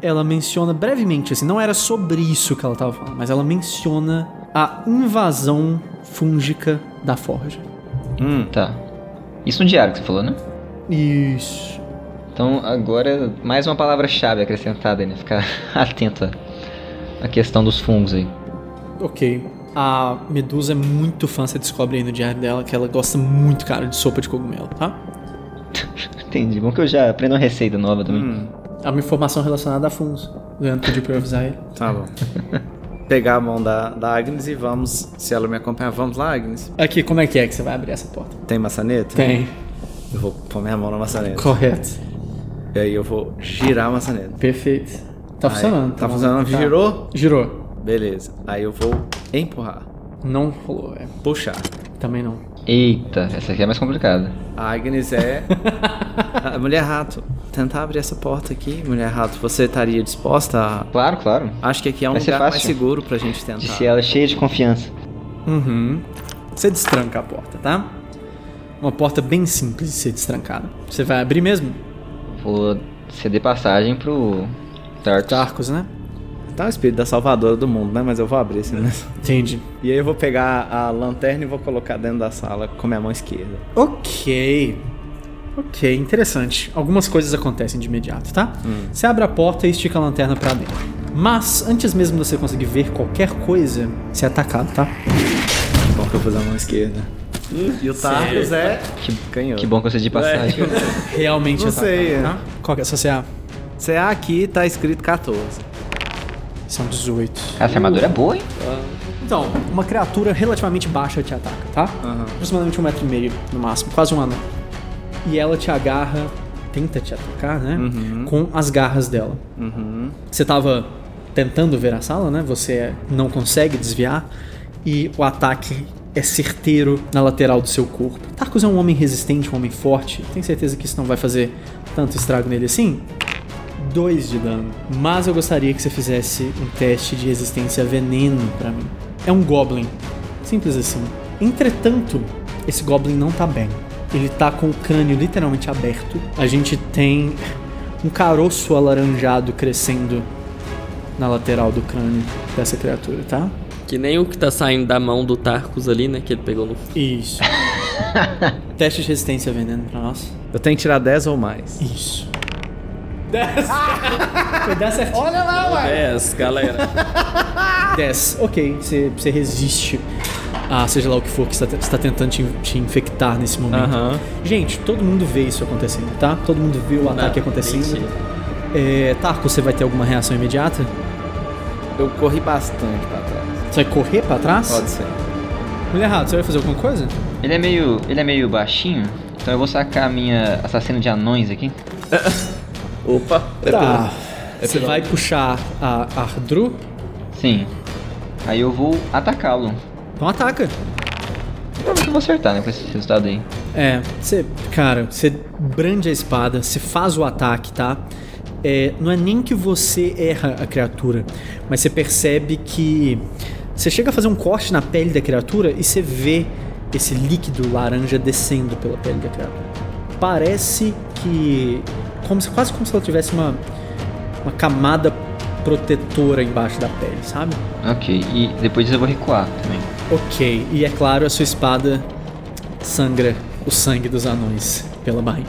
ela menciona brevemente, assim, não era sobre isso que ela estava falando, mas ela menciona a invasão fúngica da Forja.
Hum, tá. Isso no diário que você falou, né?
Isso.
Então agora mais uma palavra-chave acrescentada aí, né? Ficar atento à questão dos fungos aí.
Ok. A Medusa é muito fã, você descobre aí no diário dela que ela gosta muito, cara, de sopa de cogumelo, tá?
Entendi. Bom que eu já aprendo uma receita nova também.
É uma informação relacionada a fundos. Leandro pediu pra eu avisar ele.
Tá bom. Pegar a mão da, da Agnes e vamos. Se ela me acompanhar, vamos lá, Agnes.
Aqui, como é que é que você vai abrir essa porta?
Tem maçaneta?
Tem.
Eu vou pôr minha mão na maçaneta.
Correto.
E aí eu vou girar a maçaneta.
Perfeito. Tá
Aí,
funcionando.
Tá funcionando? Girou?
Girou.
Beleza. Aí eu vou empurrar.
Não rolou, é.
Puxar.
Também não.
Eita, essa aqui é mais complicada.
A Agnes é. a mulher rato. Tentar abrir essa porta aqui, mulher rato. Você estaria disposta a.
Claro, claro. Tá.
Acho que aqui é um
Vai ser
lugar mais
fácil. é.
seguro pra gente tentar.
Disse ela cheia de confiança.
Uhum. Você destranca a porta, tá? Uma porta bem simples de ser destrancada. Você vai abrir mesmo?
Vou ceder passagem pro Tartar.
Tarcos, né?
Tá o espírito da salvadora do mundo, né? Mas eu vou abrir assim, né?
Entendi.
E aí eu vou pegar a lanterna e vou colocar dentro da sala com minha mão esquerda.
Ok. Ok, interessante. Algumas coisas acontecem de imediato, tá?
Hum.
Você abre a porta e estica a lanterna pra dentro. Mas, antes mesmo de você conseguir ver qualquer coisa, você é atacado, tá?
É Bom que eu vou usar a mão esquerda. E o Tarkus é. Que canhoto.
Que bom que eu cedi passagem.
Realmente
Não
atacado,
sei, é.
tá? Qual que é a sua CA?
CA aqui tá escrito 14.
São 18.
Essa armadura é boa, hein?
Então, uma criatura relativamente baixa te ataca, tá? Aproximadamente um metro e meio, no máximo. Quase um anão. E ela te agarra, tenta te atacar, né? Com as garras dela. Você tava tentando ver a sala, né? Você não consegue desviar. E o ataque é certeiro na lateral do seu corpo. Tarkus é um homem resistente, um homem forte. Tem certeza que isso não vai fazer tanto estrago nele assim? 2 de dano. Mas eu gostaria que você fizesse um teste de resistência a veneno pra mim. É um goblin. Simples assim. Entretanto, esse goblin não tá bem. Ele tá com o crânio literalmente aberto. A gente tem um caroço alaranjado crescendo na lateral do crânio dessa criatura, tá?
Que nem o que tá saindo da mão do Tarkus ali, né? Que ele pegou no.
Isso. Teste de resistência a veneno pra nós.
Eu tenho que tirar 10 ou mais.
Isso. 10. Foi 10 certinho. Olha lá, ué.
10, galera.
10. Ok, você você resiste a seja lá o que for que está, está tentando te, te infectar nesse momento.
Aham.
Gente, todo mundo vê isso acontecendo, tá? Todo mundo vê o ataque acontecendo.
mentira.
É, Tarko, você vai ter alguma reação imediata?
Eu corri bastante pra trás.
Você vai correr pra trás?
Pode ser.
Mulher errado, você vai fazer alguma coisa?
Ele é meio. ele é meio baixinho, então eu vou sacar a minha assassina de anões aqui.
Opa, é
tá. você vai puxar a Ardru?
Sim. Aí eu vou atacá-lo.
Então ataca.
Provavelmente eu vou acertar, né? Com esse resultado aí.
É, você, cara, você brande a espada, você faz o ataque, tá? É, não é nem que você erra a criatura, mas você percebe que você chega a fazer um corte na pele da criatura e você vê esse líquido laranja descendo pela pele da criatura. Parece que como se- quase como se ela tivesse uma uma camada protetora embaixo da pele, sabe?
Ok. E depois disso eu vou recuar também.
Ok, e é claro, a sua espada sangra o sangue dos anões pela barriga.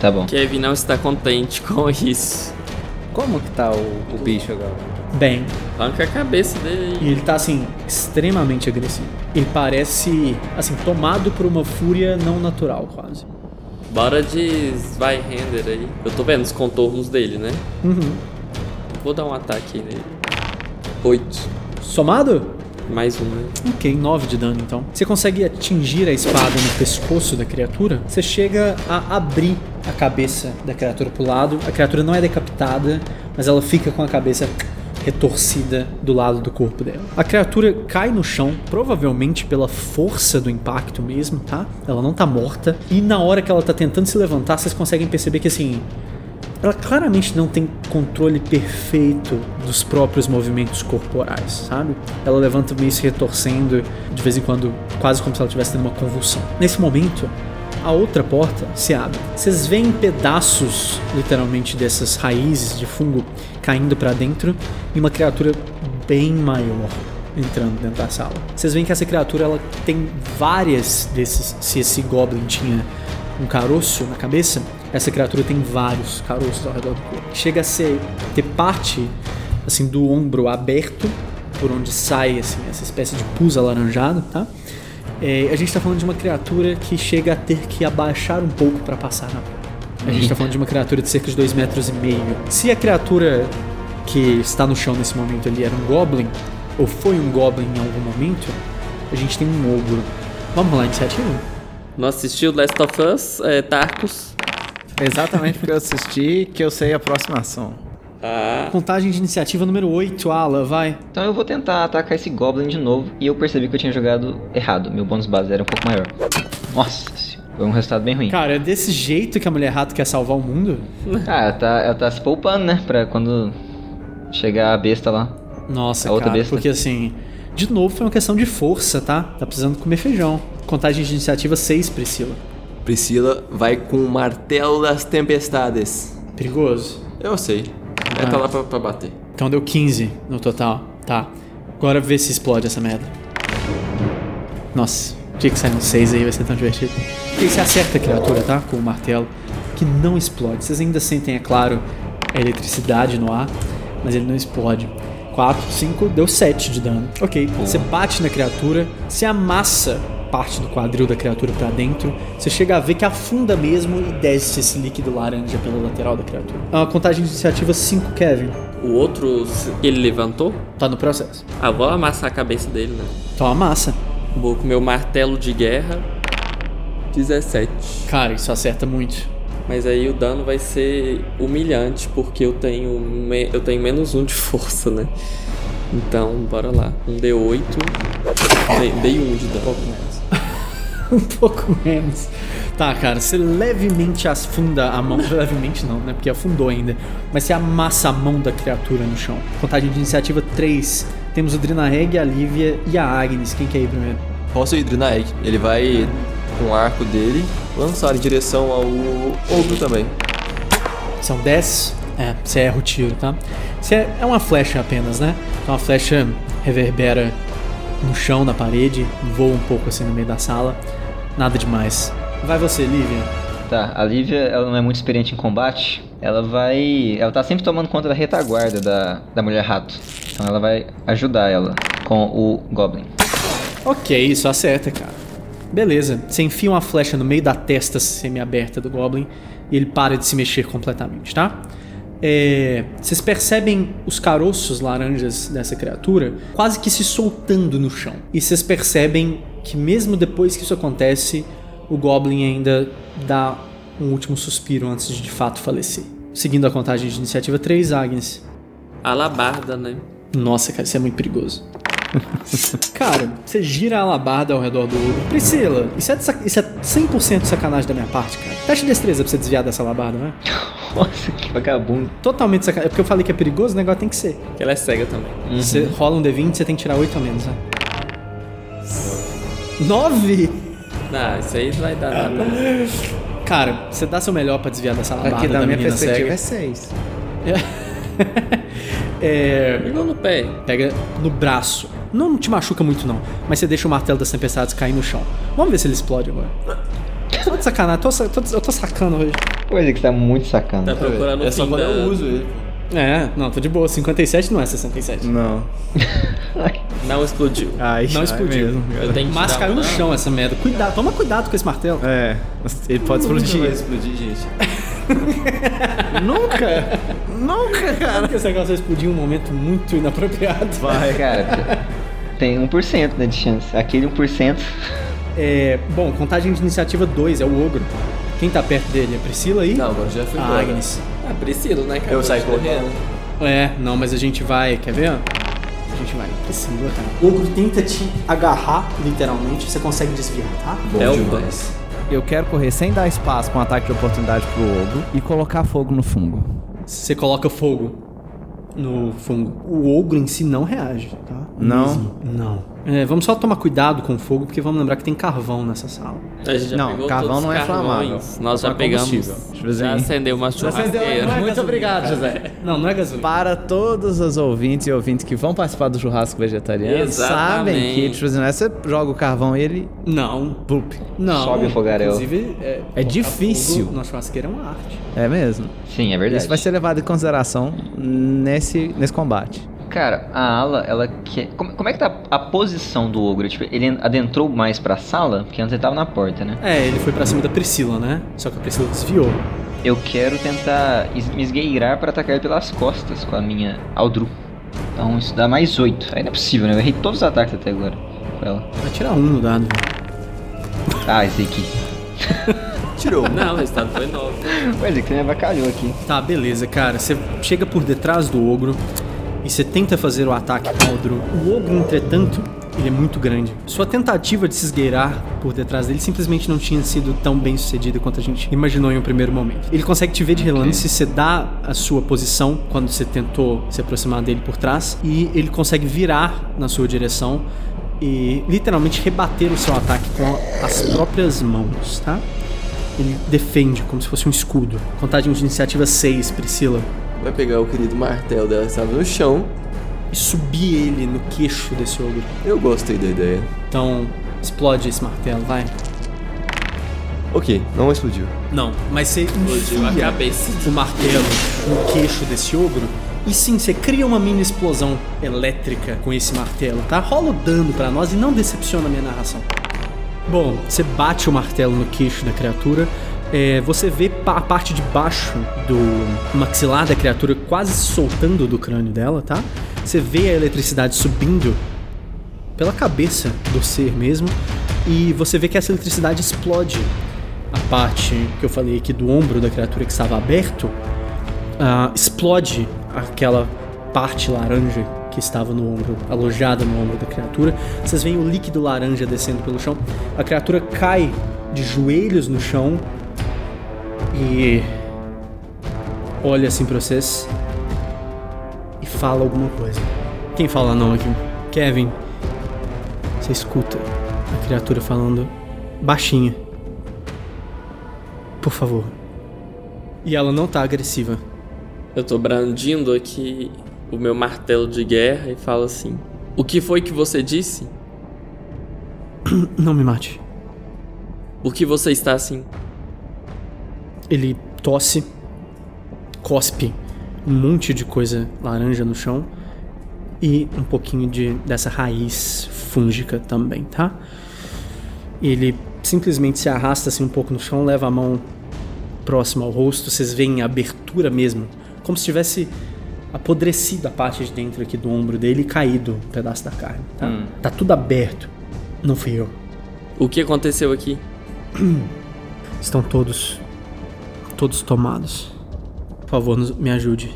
Tá bom.
Kevin não está contente com isso.
Como que tá o, o bicho agora?
Bem,
Arranca a cabeça dele.
e ele tá assim, extremamente agressivo. Ele parece, assim, tomado por uma fúria não natural, quase.
Bora de vai render aí. Eu tô vendo os contornos dele, né?
Uhum.
Vou dar um ataque aí nele.
8.
Somado?
Mais um, né?
Ok, 9 de dano então. Você consegue atingir a espada no pescoço da criatura? Você chega a abrir a cabeça da criatura pro lado. A criatura não é decapitada, mas ela fica com a cabeça retorcida do lado do corpo dela. A criatura cai no chão, provavelmente pela força do impacto mesmo, tá? Ela não tá morta. E na hora que ela tá tentando se levantar, vocês conseguem perceber que assim, ela claramente não tem controle perfeito dos próprios movimentos corporais, sabe? Ela levanta meio se retorcendo, de vez em quando, quase como se ela estivesse tendo uma convulsão. Nesse momento, a outra porta se abre. Vocês veem pedaços, literalmente, dessas raízes de fungo caindo pra dentro e uma criatura bem maior entrando dentro da sala. Vocês veem que essa criatura ela tem várias desses. Se esse goblin tinha um caroço na cabeça, essa criatura tem vários caroços ao redor do corpo. Chega a ser ter parte assim do ombro aberto, por onde sai assim, essa espécie de pus alaranjado, tá? É, a gente tá falando de uma criatura que chega a ter que abaixar um pouco para passar na porta. A gente tá falando de uma criatura de cerca de 2 metros e meio. Se a criatura que está no chão nesse momento ali era um goblin, ou foi um goblin em algum momento, a gente tem um ogro. Vamos lá, iniciativa?
Não assistiu Last of Us, é, Tarkus?
Exatamente porque eu assisti que eu sei a próxima ação.
Ah,
Contagem de iniciativa número 8, Ala, vai.
Então eu vou tentar atacar esse Goblin de novo. E eu percebi que eu tinha jogado errado. Meu bônus base era um pouco maior. Nossa, senhora, foi um resultado bem ruim.
Cara, é desse jeito que a mulher rato quer salvar o mundo?
Ah, ela tá, ela tá se poupando, né? Pra quando chegar a besta lá.
Nossa,
A É outra
cara,
besta.
porque assim, de novo foi uma questão de força, tá? Tá precisando comer feijão. Contagem de iniciativa 6, Priscila.
Priscila vai com o martelo das tempestades.
Perigoso.
Eu sei. Ela tá lá pra, pra bater.
Então deu 15 no total, tá? Agora vê se explode essa merda. Nossa, o dia que sair um 6 aí vai ser tão divertido. E você acerta a criatura, tá? Com o martelo, que não explode. Vocês ainda sentem, é claro, a eletricidade no ar, mas ele não explode. 4, 5, deu 7 de dano. Ok, você bate na criatura, você amassa parte do quadril da criatura pra dentro, você chega a ver que afunda mesmo e desce esse líquido laranja pela lateral da criatura. É uma contagem de iniciativa 5, Kevin.
O outro se- que ele levantou?
Tá no processo.
Ah, vou amassar a cabeça dele, né?
Então amassa.
Vou com meu martelo de guerra. 17.
Cara, isso acerta muito.
Mas aí o dano vai ser humilhante, porque eu tenho, me- eu tenho menos um de força, né? Então, bora lá. Um D8. Dei, dei um de dano.
Um pouco menos. Tá, cara, você levemente afunda a mão. levemente não, né? Porque afundou ainda. Mas você amassa a mão da criatura no chão. Contagem de iniciativa 3. Temos o Drinaheg, a Lívia e a Agnes. Quem quer ir primeiro?
Posso ir, Drinaeg? Ele vai com o arco dele lançar em direção ao outro também.
São 10. É, você erra o tiro, tá? Você é, é uma flecha apenas, né? Então a flecha reverbera no chão, na parede, voa um pouco assim no meio da sala. Nada demais. Vai você, Lívia.
Tá, a Lívia, ela não é muito experiente em combate. Ela vai. Ela tá sempre tomando conta da retaguarda da, da mulher rato. Então ela vai ajudar ela com o Goblin.
Ok, isso acerta, cara. Beleza, você enfia uma flecha no meio da testa semi-aberta do Goblin e ele para de se mexer completamente, tá? É, vocês percebem os caroços laranjas dessa criatura quase que se soltando no chão. E vocês percebem que, mesmo depois que isso acontece, o Goblin ainda dá um último suspiro antes de de fato falecer. Seguindo a contagem de iniciativa 3, Agnes.
Alabarda, né?
Nossa, cara, isso é muito perigoso. cara, você gira a alabarda ao redor do ogro. Priscila, isso é, de sac- isso é 100% sacanagem da minha parte, cara. Teste de destreza pra você desviar dessa alabarda, né?
Nossa, que vagabundo.
Totalmente sacanagem. É porque eu falei que é perigoso, o negócio tem que ser.
Porque ela é cega também.
Uhum.
Você rola um D20, você tem que tirar 8 a menos, né? 9!
Ah, isso aí não vai dar nada.
Cara, você dá seu melhor pra desviar dessa alabarda
Aqui
da,
É da minha
menina
perspectiva
cega.
é 6.
É...
Pegou no pé.
Pega no braço. Não te machuca muito, não. Mas você deixa o martelo das tempestades cair no chão. Vamos ver se ele explode agora. Só de sacanagem. Tô sa- tô- eu tô sacando hoje.
Coisa que tá muito
Tá
sacana.
procurando o
é só
fim
quando
da...
eu uso ele.
É, não, tô de boa. 57 não é 67.
Não.
Não explodiu.
Ah,
Ai,
Não
ai
explodiu.
mesmo, cara.
Eu tenho que
Mas
tirar
caiu
um
no
dano.
chão essa merda. Cuidado, toma cuidado com esse martelo.
É, ele pode
Nunca vai
explodir.
explodir, gente.
Nunca! Nunca, cara!
Porque esse negócio vai explodir em um momento muito inapropriado.
Cara, tem 1% né, de chance. Aquele 1%.
É, bom, contagem de iniciativa 2 é o ogro. Quem tá perto dele? É a Priscila aí?
Não, Tá, agora já foi
A
embora.
Agnes.
Ah, Priscila, né?
Eu
Acabou
saí
de levar.
correndo.
É, não, mas a gente vai. Quer ver? A gente vai. Priscila, cara. O ogro tenta te agarrar, literalmente. Você consegue desviar, tá?
Bom
É o
demais.
Eu quero correr sem dar espaço pra um ataque de oportunidade pro ogro e colocar fogo no fungo.
Você coloca fogo no fungo. O ogro em si não reage, tá?
Não?
Mesmo. Não. É, vamos só tomar cuidado com o fogo, porque vamos lembrar que tem carvão nessa sala.
A gente já
Não,
pegou
carvão
todos os
não é
carvões.
inflamável.
Nós já
Carvão é combustível. né?
pegamos.
Tipo assim,
Já acendeu uma churrasqueira.
né?
Muito obrigado, José. Não, não é gasolina.
Para todos os ouvintes e ouvintes que vão participar do churrasco vegetariano, sabem
Exatamente.
que, tipo assim, não é você joga o carvão e ele.
Não,
Pup.
não.
Sobe o fogaréu.
Inclusive, é,
É
botar
difícil.
Fogo na churrasqueira é uma arte.
É mesmo.
Sim, é verdade.
Isso vai ser levado em consideração nesse, nesse combate.
Cara, a ala, ela quer. Como, como é que tá a posição do ogro? Tipo, ele adentrou mais pra sala? Porque antes ele tava na porta, né?
É, ele foi pra cima da Priscila, né? Só que a Priscila desviou.
Eu quero tentar es- me esgueirar pra atacar ele pelas costas com a minha Aldru. Então isso dá mais 8. Aí não é possível, né? Eu errei todos os ataques até agora com ela.
Vai tirar um no dado. velho.
Ah, esse aqui.
Tirou.
Não, o resultado foi novo.
Ué, esse aqui é, me avacalhou aqui.
Tá, beleza, cara. Você chega por detrás do ogro e você tenta fazer o ataque com o ogro. O ogro, entretanto, ele é muito grande. Sua tentativa de se esgueirar por detrás dele simplesmente não tinha sido tão bem sucedida quanto a gente imaginou em um primeiro momento. Ele consegue te ver de relance, você dá a sua posição quando você tentou se aproximar dele por trás e ele consegue virar na sua direção e literalmente rebater o seu ataque com as próprias mãos, tá? Ele defende como se fosse um escudo. Contagem de iniciativa 6, Priscila.
Vai pegar o querido martelo dela que estava no chão.
E subir ele no queixo desse ogro.
Eu gostei da ideia.
Então, explode esse martelo, vai.
Ok, não explodiu.
Não, mas você
Explodiu a
enfia
cabeça.
o martelo no queixo desse ogro. E sim, você cria uma mini explosão elétrica com esse martelo, tá? Rola o dano pra nós e não decepciona a minha narração. Bom, você bate o martelo no queixo da criatura. é, você vê pa- a parte de baixo do maxilar da criatura quase se soltando do crânio dela, tá? Você vê a eletricidade subindo pela cabeça do ser mesmo. E você vê que essa eletricidade explode a parte que eu falei aqui do ombro da criatura que estava aberto. ah, explode aquela parte laranja que estava no ombro, alojada no ombro da criatura. Vocês veem o líquido laranja descendo pelo chão. A criatura cai de joelhos no chão e olha assim pra vocês e fala alguma coisa. Quem fala não aqui? Kevin, você escuta a criatura falando baixinha. Por favor. E ela não tá agressiva.
Eu tô brandindo aqui o meu martelo de guerra e falo assim: O que foi que você disse?
Não me mate.
Por que você está assim?
Ele tosse, cospe um monte de coisa laranja no chão e um pouquinho de dessa raiz fúngica também, tá? Ele simplesmente se arrasta assim um pouco no chão, leva a mão próxima ao rosto, vocês veem a abertura mesmo, como se tivesse apodrecido a parte de dentro aqui do ombro dele e caído um pedaço da carne, tá? Tá tudo aberto. Não fui eu.
O que aconteceu aqui?
Estão todos. Todos tomados. Por favor, nos- me ajude.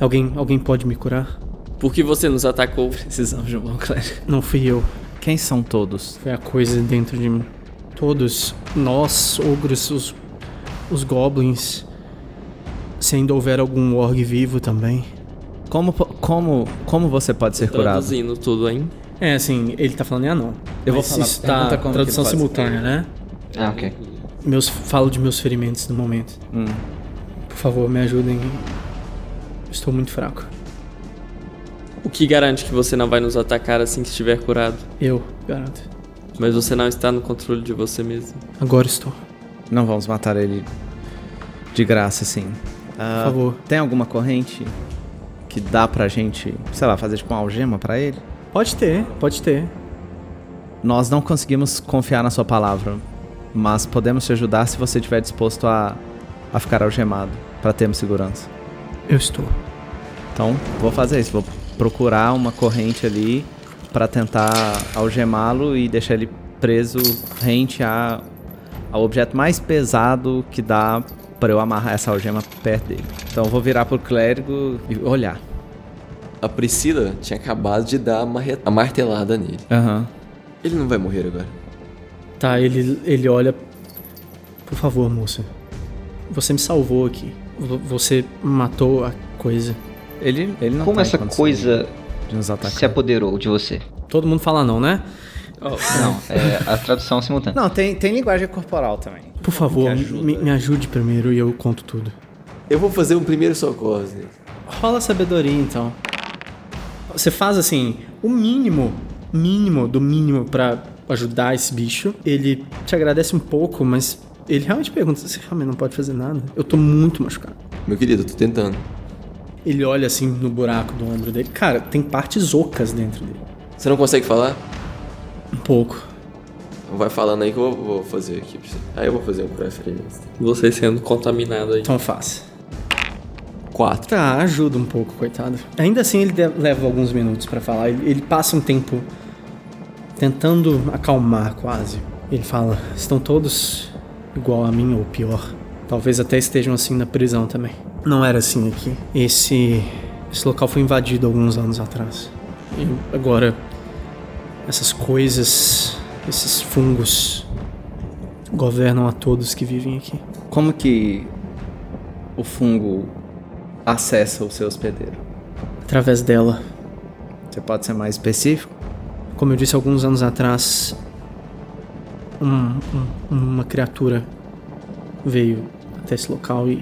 Alguém, alguém pode me curar?
Por que você nos atacou?
Precisamos de um bom clérigo.
Não fui eu.
Quem são todos?
Foi a coisa dentro de mim. Todos, nós, ogros, os, os goblins. Se ainda houver algum org vivo também.
Como, po- como, como você pode ser curado?
Traduzindo tudo, hein?
É, assim, ele tá falando em anão.
Eu vou
Mas
falar,
isso
pergunta
tá
como que
tradução
ele faz.
simultânea, né?
Ah, ok.
Meus, falo de meus ferimentos no momento.
Hum.
Por favor, me ajudem. Estou muito fraco.
O que garante que você não vai nos atacar assim que estiver curado?
Eu garanto.
Mas você não está no controle de você mesmo.
Agora estou.
Não vamos matar ele de graça, sim.
Por favor.
Tem alguma corrente que dá pra gente, sei lá, fazer tipo uma algema pra ele?
Pode ter, pode ter.
Nós não conseguimos confiar na sua palavra, mas podemos te ajudar se você estiver disposto a, a ficar algemado, pra termos segurança.
Eu estou.
Então, vou fazer isso, vou procurar uma corrente ali pra tentar algemá-lo e deixar ele preso rente a, ao objeto mais pesado que dá pra eu amarrar essa algema perto dele. Então, eu vou virar pro clérigo e olhar.
A Priscila tinha acabado de dar a marre- a martelada nele.
Aham.
Ele não vai morrer agora.
Tá, ele, ele olha. Por favor, moça. Você me salvou aqui. V- Você matou a coisa.
Ele, ele não
Como
tá em
essa
condição
coisa
de nos atacar.
se apoderou de você?
Todo mundo fala não, né?
Não, é a tradução simultânea.
Não, tem, tem linguagem corporal também.
Por favor,
Me ajuda.
me, me ajude primeiro e eu conto tudo.
Eu vou fazer um primeiro socorro. Zé.
Rola sabedoria, então. Você faz assim, o mínimo, mínimo do mínimo pra ajudar esse bicho. Ele te agradece um pouco, mas ele realmente pergunta: você realmente não pode fazer nada? Eu tô muito machucado.
Meu querido, eu tô tentando.
Ele olha assim no buraco do ombro dele. Cara, tem partes ocas dentro dele.
Você não consegue falar?
Um pouco.
Vai falando aí que eu vou, vou fazer aqui pra você. Aí eu vou fazer um preferência.
Você sendo contaminado aí.
Então faz.
Quatro.
Tá, ajuda um pouco, coitado. Ainda assim, ele de- leva alguns minutos pra falar. Ele, ele passa um tempo tentando acalmar, quase. Ele fala: estão todos igual a mim ou pior. Talvez até estejam assim na prisão também. Não era assim aqui. Esse, esse local foi invadido alguns anos atrás. E agora, essas coisas, esses fungos, governam a todos que vivem aqui.
Como que o fungo acessa o seu hospedeiro?
Através dela,
Você pode ser mais específico?
Como eu disse alguns anos atrás, um- um- uma criatura veio até esse local e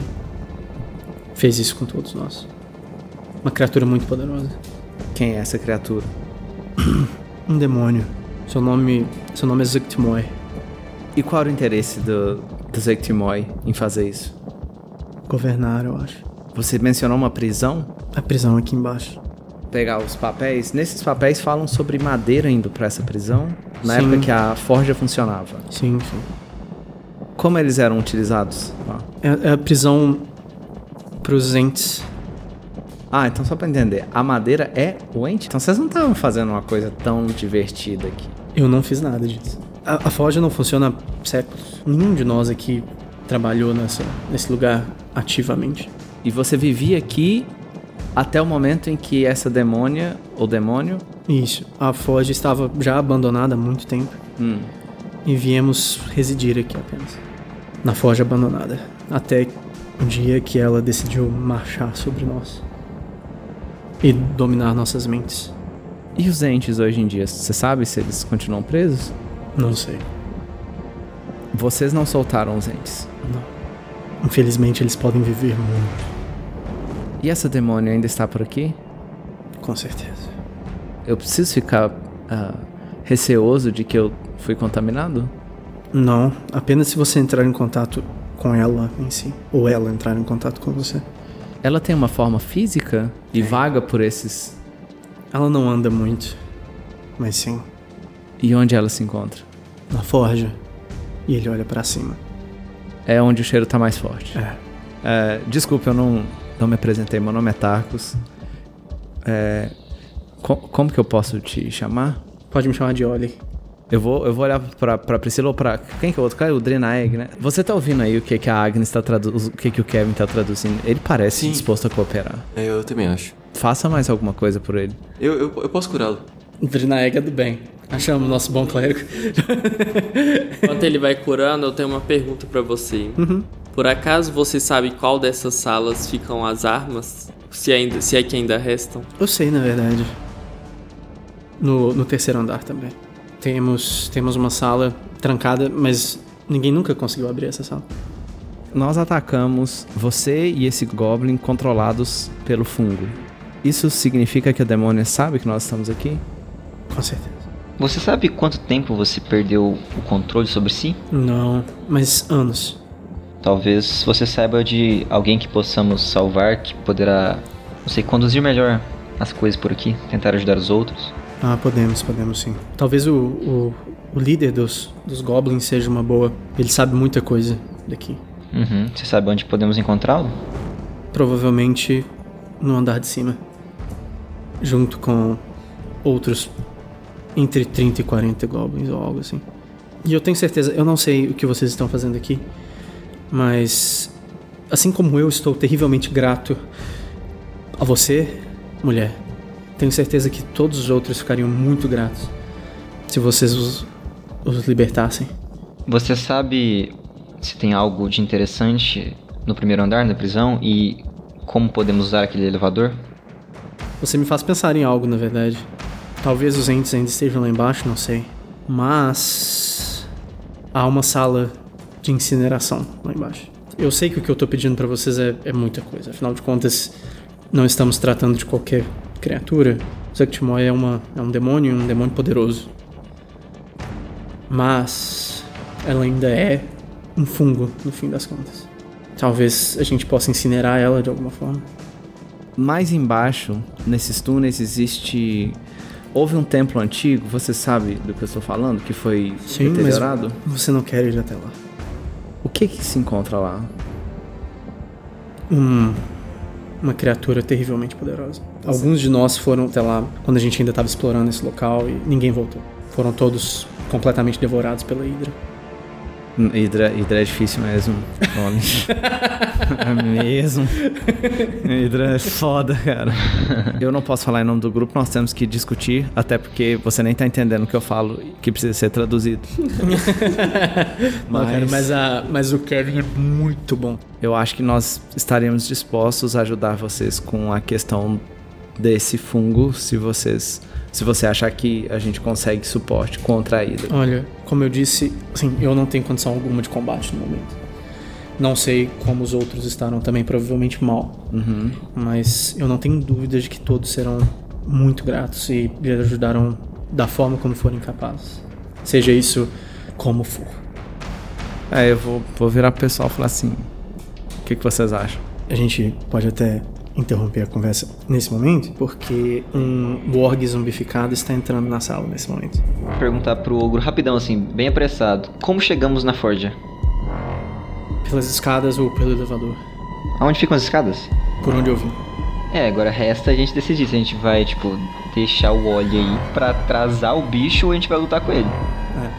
fez isso com todos nós. Uma criatura muito poderosa.
Quem é essa criatura?
Um demônio. Seu nome, seu nome é Zictimoy.
E qual era o interesse do, do Zectimoy em fazer isso?
Governar, eu acho.
Você mencionou uma prisão?
A prisão aqui embaixo.
Pegar os papéis. Nesses papéis falam sobre madeira indo pra essa prisão, na
Sim.
época que a forja funcionava.
Sim, sim.
Como eles eram utilizados? lá?
É, é a prisão pros entes.
Ah, então só pra entender, a madeira é o ente? Então vocês não estavam fazendo uma coisa tão divertida aqui.
Eu não fiz nada disso. A, a forja não funciona há séculos. Nenhum de nós aqui trabalhou nessa, nesse lugar ativamente.
E você vivia aqui até o momento em que essa demônia, ou demônio,
Isso. A Forge estava já abandonada há muito tempo
hum,
e viemos residir aqui apenas. Na Forge abandonada. Até o dia que ela decidiu marchar sobre nós e dominar nossas mentes.
E os entes hoje em dia, você sabe se eles continuam presos?
Não sei.
Vocês não soltaram os entes.
Infelizmente, eles podem viver muito,
E essa demônio ainda está por aqui?
com certeza.
Eu preciso ficar ah, receoso de que eu fui contaminado?
Não, apenas se você entrar em contato com ela em si, ou ela entrar em contato com você.
Ela tem uma forma física e vaga por esses.
Ela não anda muito, mas sim,
E onde ela se encontra?
na forja. E ele olha pra cima.
É onde o cheiro tá mais forte.
É.
É, desculpa, eu não, não me apresentei. Meu nome é Tarkus. É, co- como que eu posso te chamar?
Pode me chamar de Oli.
Eu vou, eu vou olhar pra, pra Priscila ou pra. Quem que é o outro cara? O Drenaeg, né? Você tá ouvindo aí o que, que a Agnes tá traduzindo. O que, que o Kevin tá traduzindo? Ele parece
Sim.
disposto a cooperar.
É, eu também acho.
Faça mais alguma coisa por ele.
Eu, eu, eu posso curá-lo.
Drinaega é do bem. Achamos nosso bom clérigo.
Enquanto ele vai curando, eu tenho uma pergunta pra você. Por acaso você sabe qual dessas salas ficam as armas? Se, ainda, se é que ainda restam?
Eu sei, na verdade. No, no terceiro andar também. Temos, temos uma sala trancada, mas ninguém nunca conseguiu abrir essa sala.
Nós atacamos você e esse Goblin controlados pelo fungo. Isso significa que a demônia sabe que nós estamos aqui?
Com certeza.
Você sabe quanto tempo você perdeu o controle sobre si?
Não, mas anos.
Talvez você saiba de alguém que possamos salvar, que poderá, não sei, conduzir melhor as coisas por aqui, tentar ajudar os outros.
Ah, podemos, podemos sim. Talvez o, o, o líder dos, dos goblins seja uma boa. Ele sabe muita coisa daqui.
Uhum. Você sabe onde podemos encontrá-lo?
Provavelmente no andar de cima. Junto com outros entre 30 e 40 goblins ou algo assim. E eu tenho certeza, eu não sei o que vocês estão fazendo aqui, mas assim como eu estou terrivelmente grato a você, mulher, tenho certeza que todos os outros ficariam muito gratos se vocês os, os libertassem.
Você sabe se tem algo de interessante no primeiro andar da prisão e como podemos usar aquele elevador?
Você me faz pensar em algo, na verdade. Talvez os entes ainda estejam lá embaixo, não sei. Mas há uma sala de incineração lá embaixo. Eu sei que o que eu tô pedindo pra vocês é, é muita coisa. Afinal de contas, não estamos tratando de qualquer criatura. Zectimoy é, uma, é um demônio, um demônio poderoso. Mas ela ainda é um fungo, no fim das contas. Talvez a gente possa incinerar ela de alguma forma.
Mais embaixo, nesses túneis, existe. Houve um templo antigo, você sabe do que eu estou falando? Que foi
Sim, mas-
deteriorado?
Você não quer ir até lá.
O que que se encontra lá?
um, uma criatura terrivelmente poderosa. Alguns de nós foram até lá quando a gente ainda estava explorando esse local e ninguém voltou. Foram todos completamente devorados pela Hidra.
Hum, Hidra, Hidra é difícil mesmo. Nome. é mesmo. Hidra é foda, cara. Eu não posso falar em nome do grupo, nós temos que discutir, até porque você nem tá entendendo o que eu falo, que precisa ser traduzido.
Mas, Ah, cara, mas, a, mas o Kevin é muito bom.
Eu acho que nós estaremos dispostos a ajudar vocês com a questão desse fungo, se vocês, se você achar que a gente consegue suporte contra a Hidra.
Olha, como eu disse, assim, eu não tenho condição alguma de combate no momento. Não sei como os outros estarão também, provavelmente mal. Mas eu não tenho dúvida de que todos serão muito gratos e lhe ajudarão da forma como forem capazes. Seja isso como for.
Aí eu vou, vou virar pro pessoal e falar assim: o que, que vocês acham?
A gente pode até interromper a conversa nesse momento, porque um org zumbificado está entrando na sala nesse momento.
Perguntar pro ogro rapidão, assim, bem apressado. Como chegamos na Forja?
Pelas escadas ou pelo elevador,
Aonde ficam as escadas?
por onde eu vim.
É, agora resta a gente decidir se a gente vai, tipo, deixar o óleo aí pra atrasar o bicho ou a gente vai lutar com ele.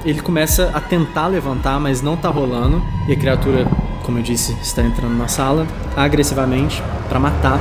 É, Ele começa a tentar levantar, mas não tá rolando. E a criatura, como eu disse, está entrando na sala agressivamente pra matar.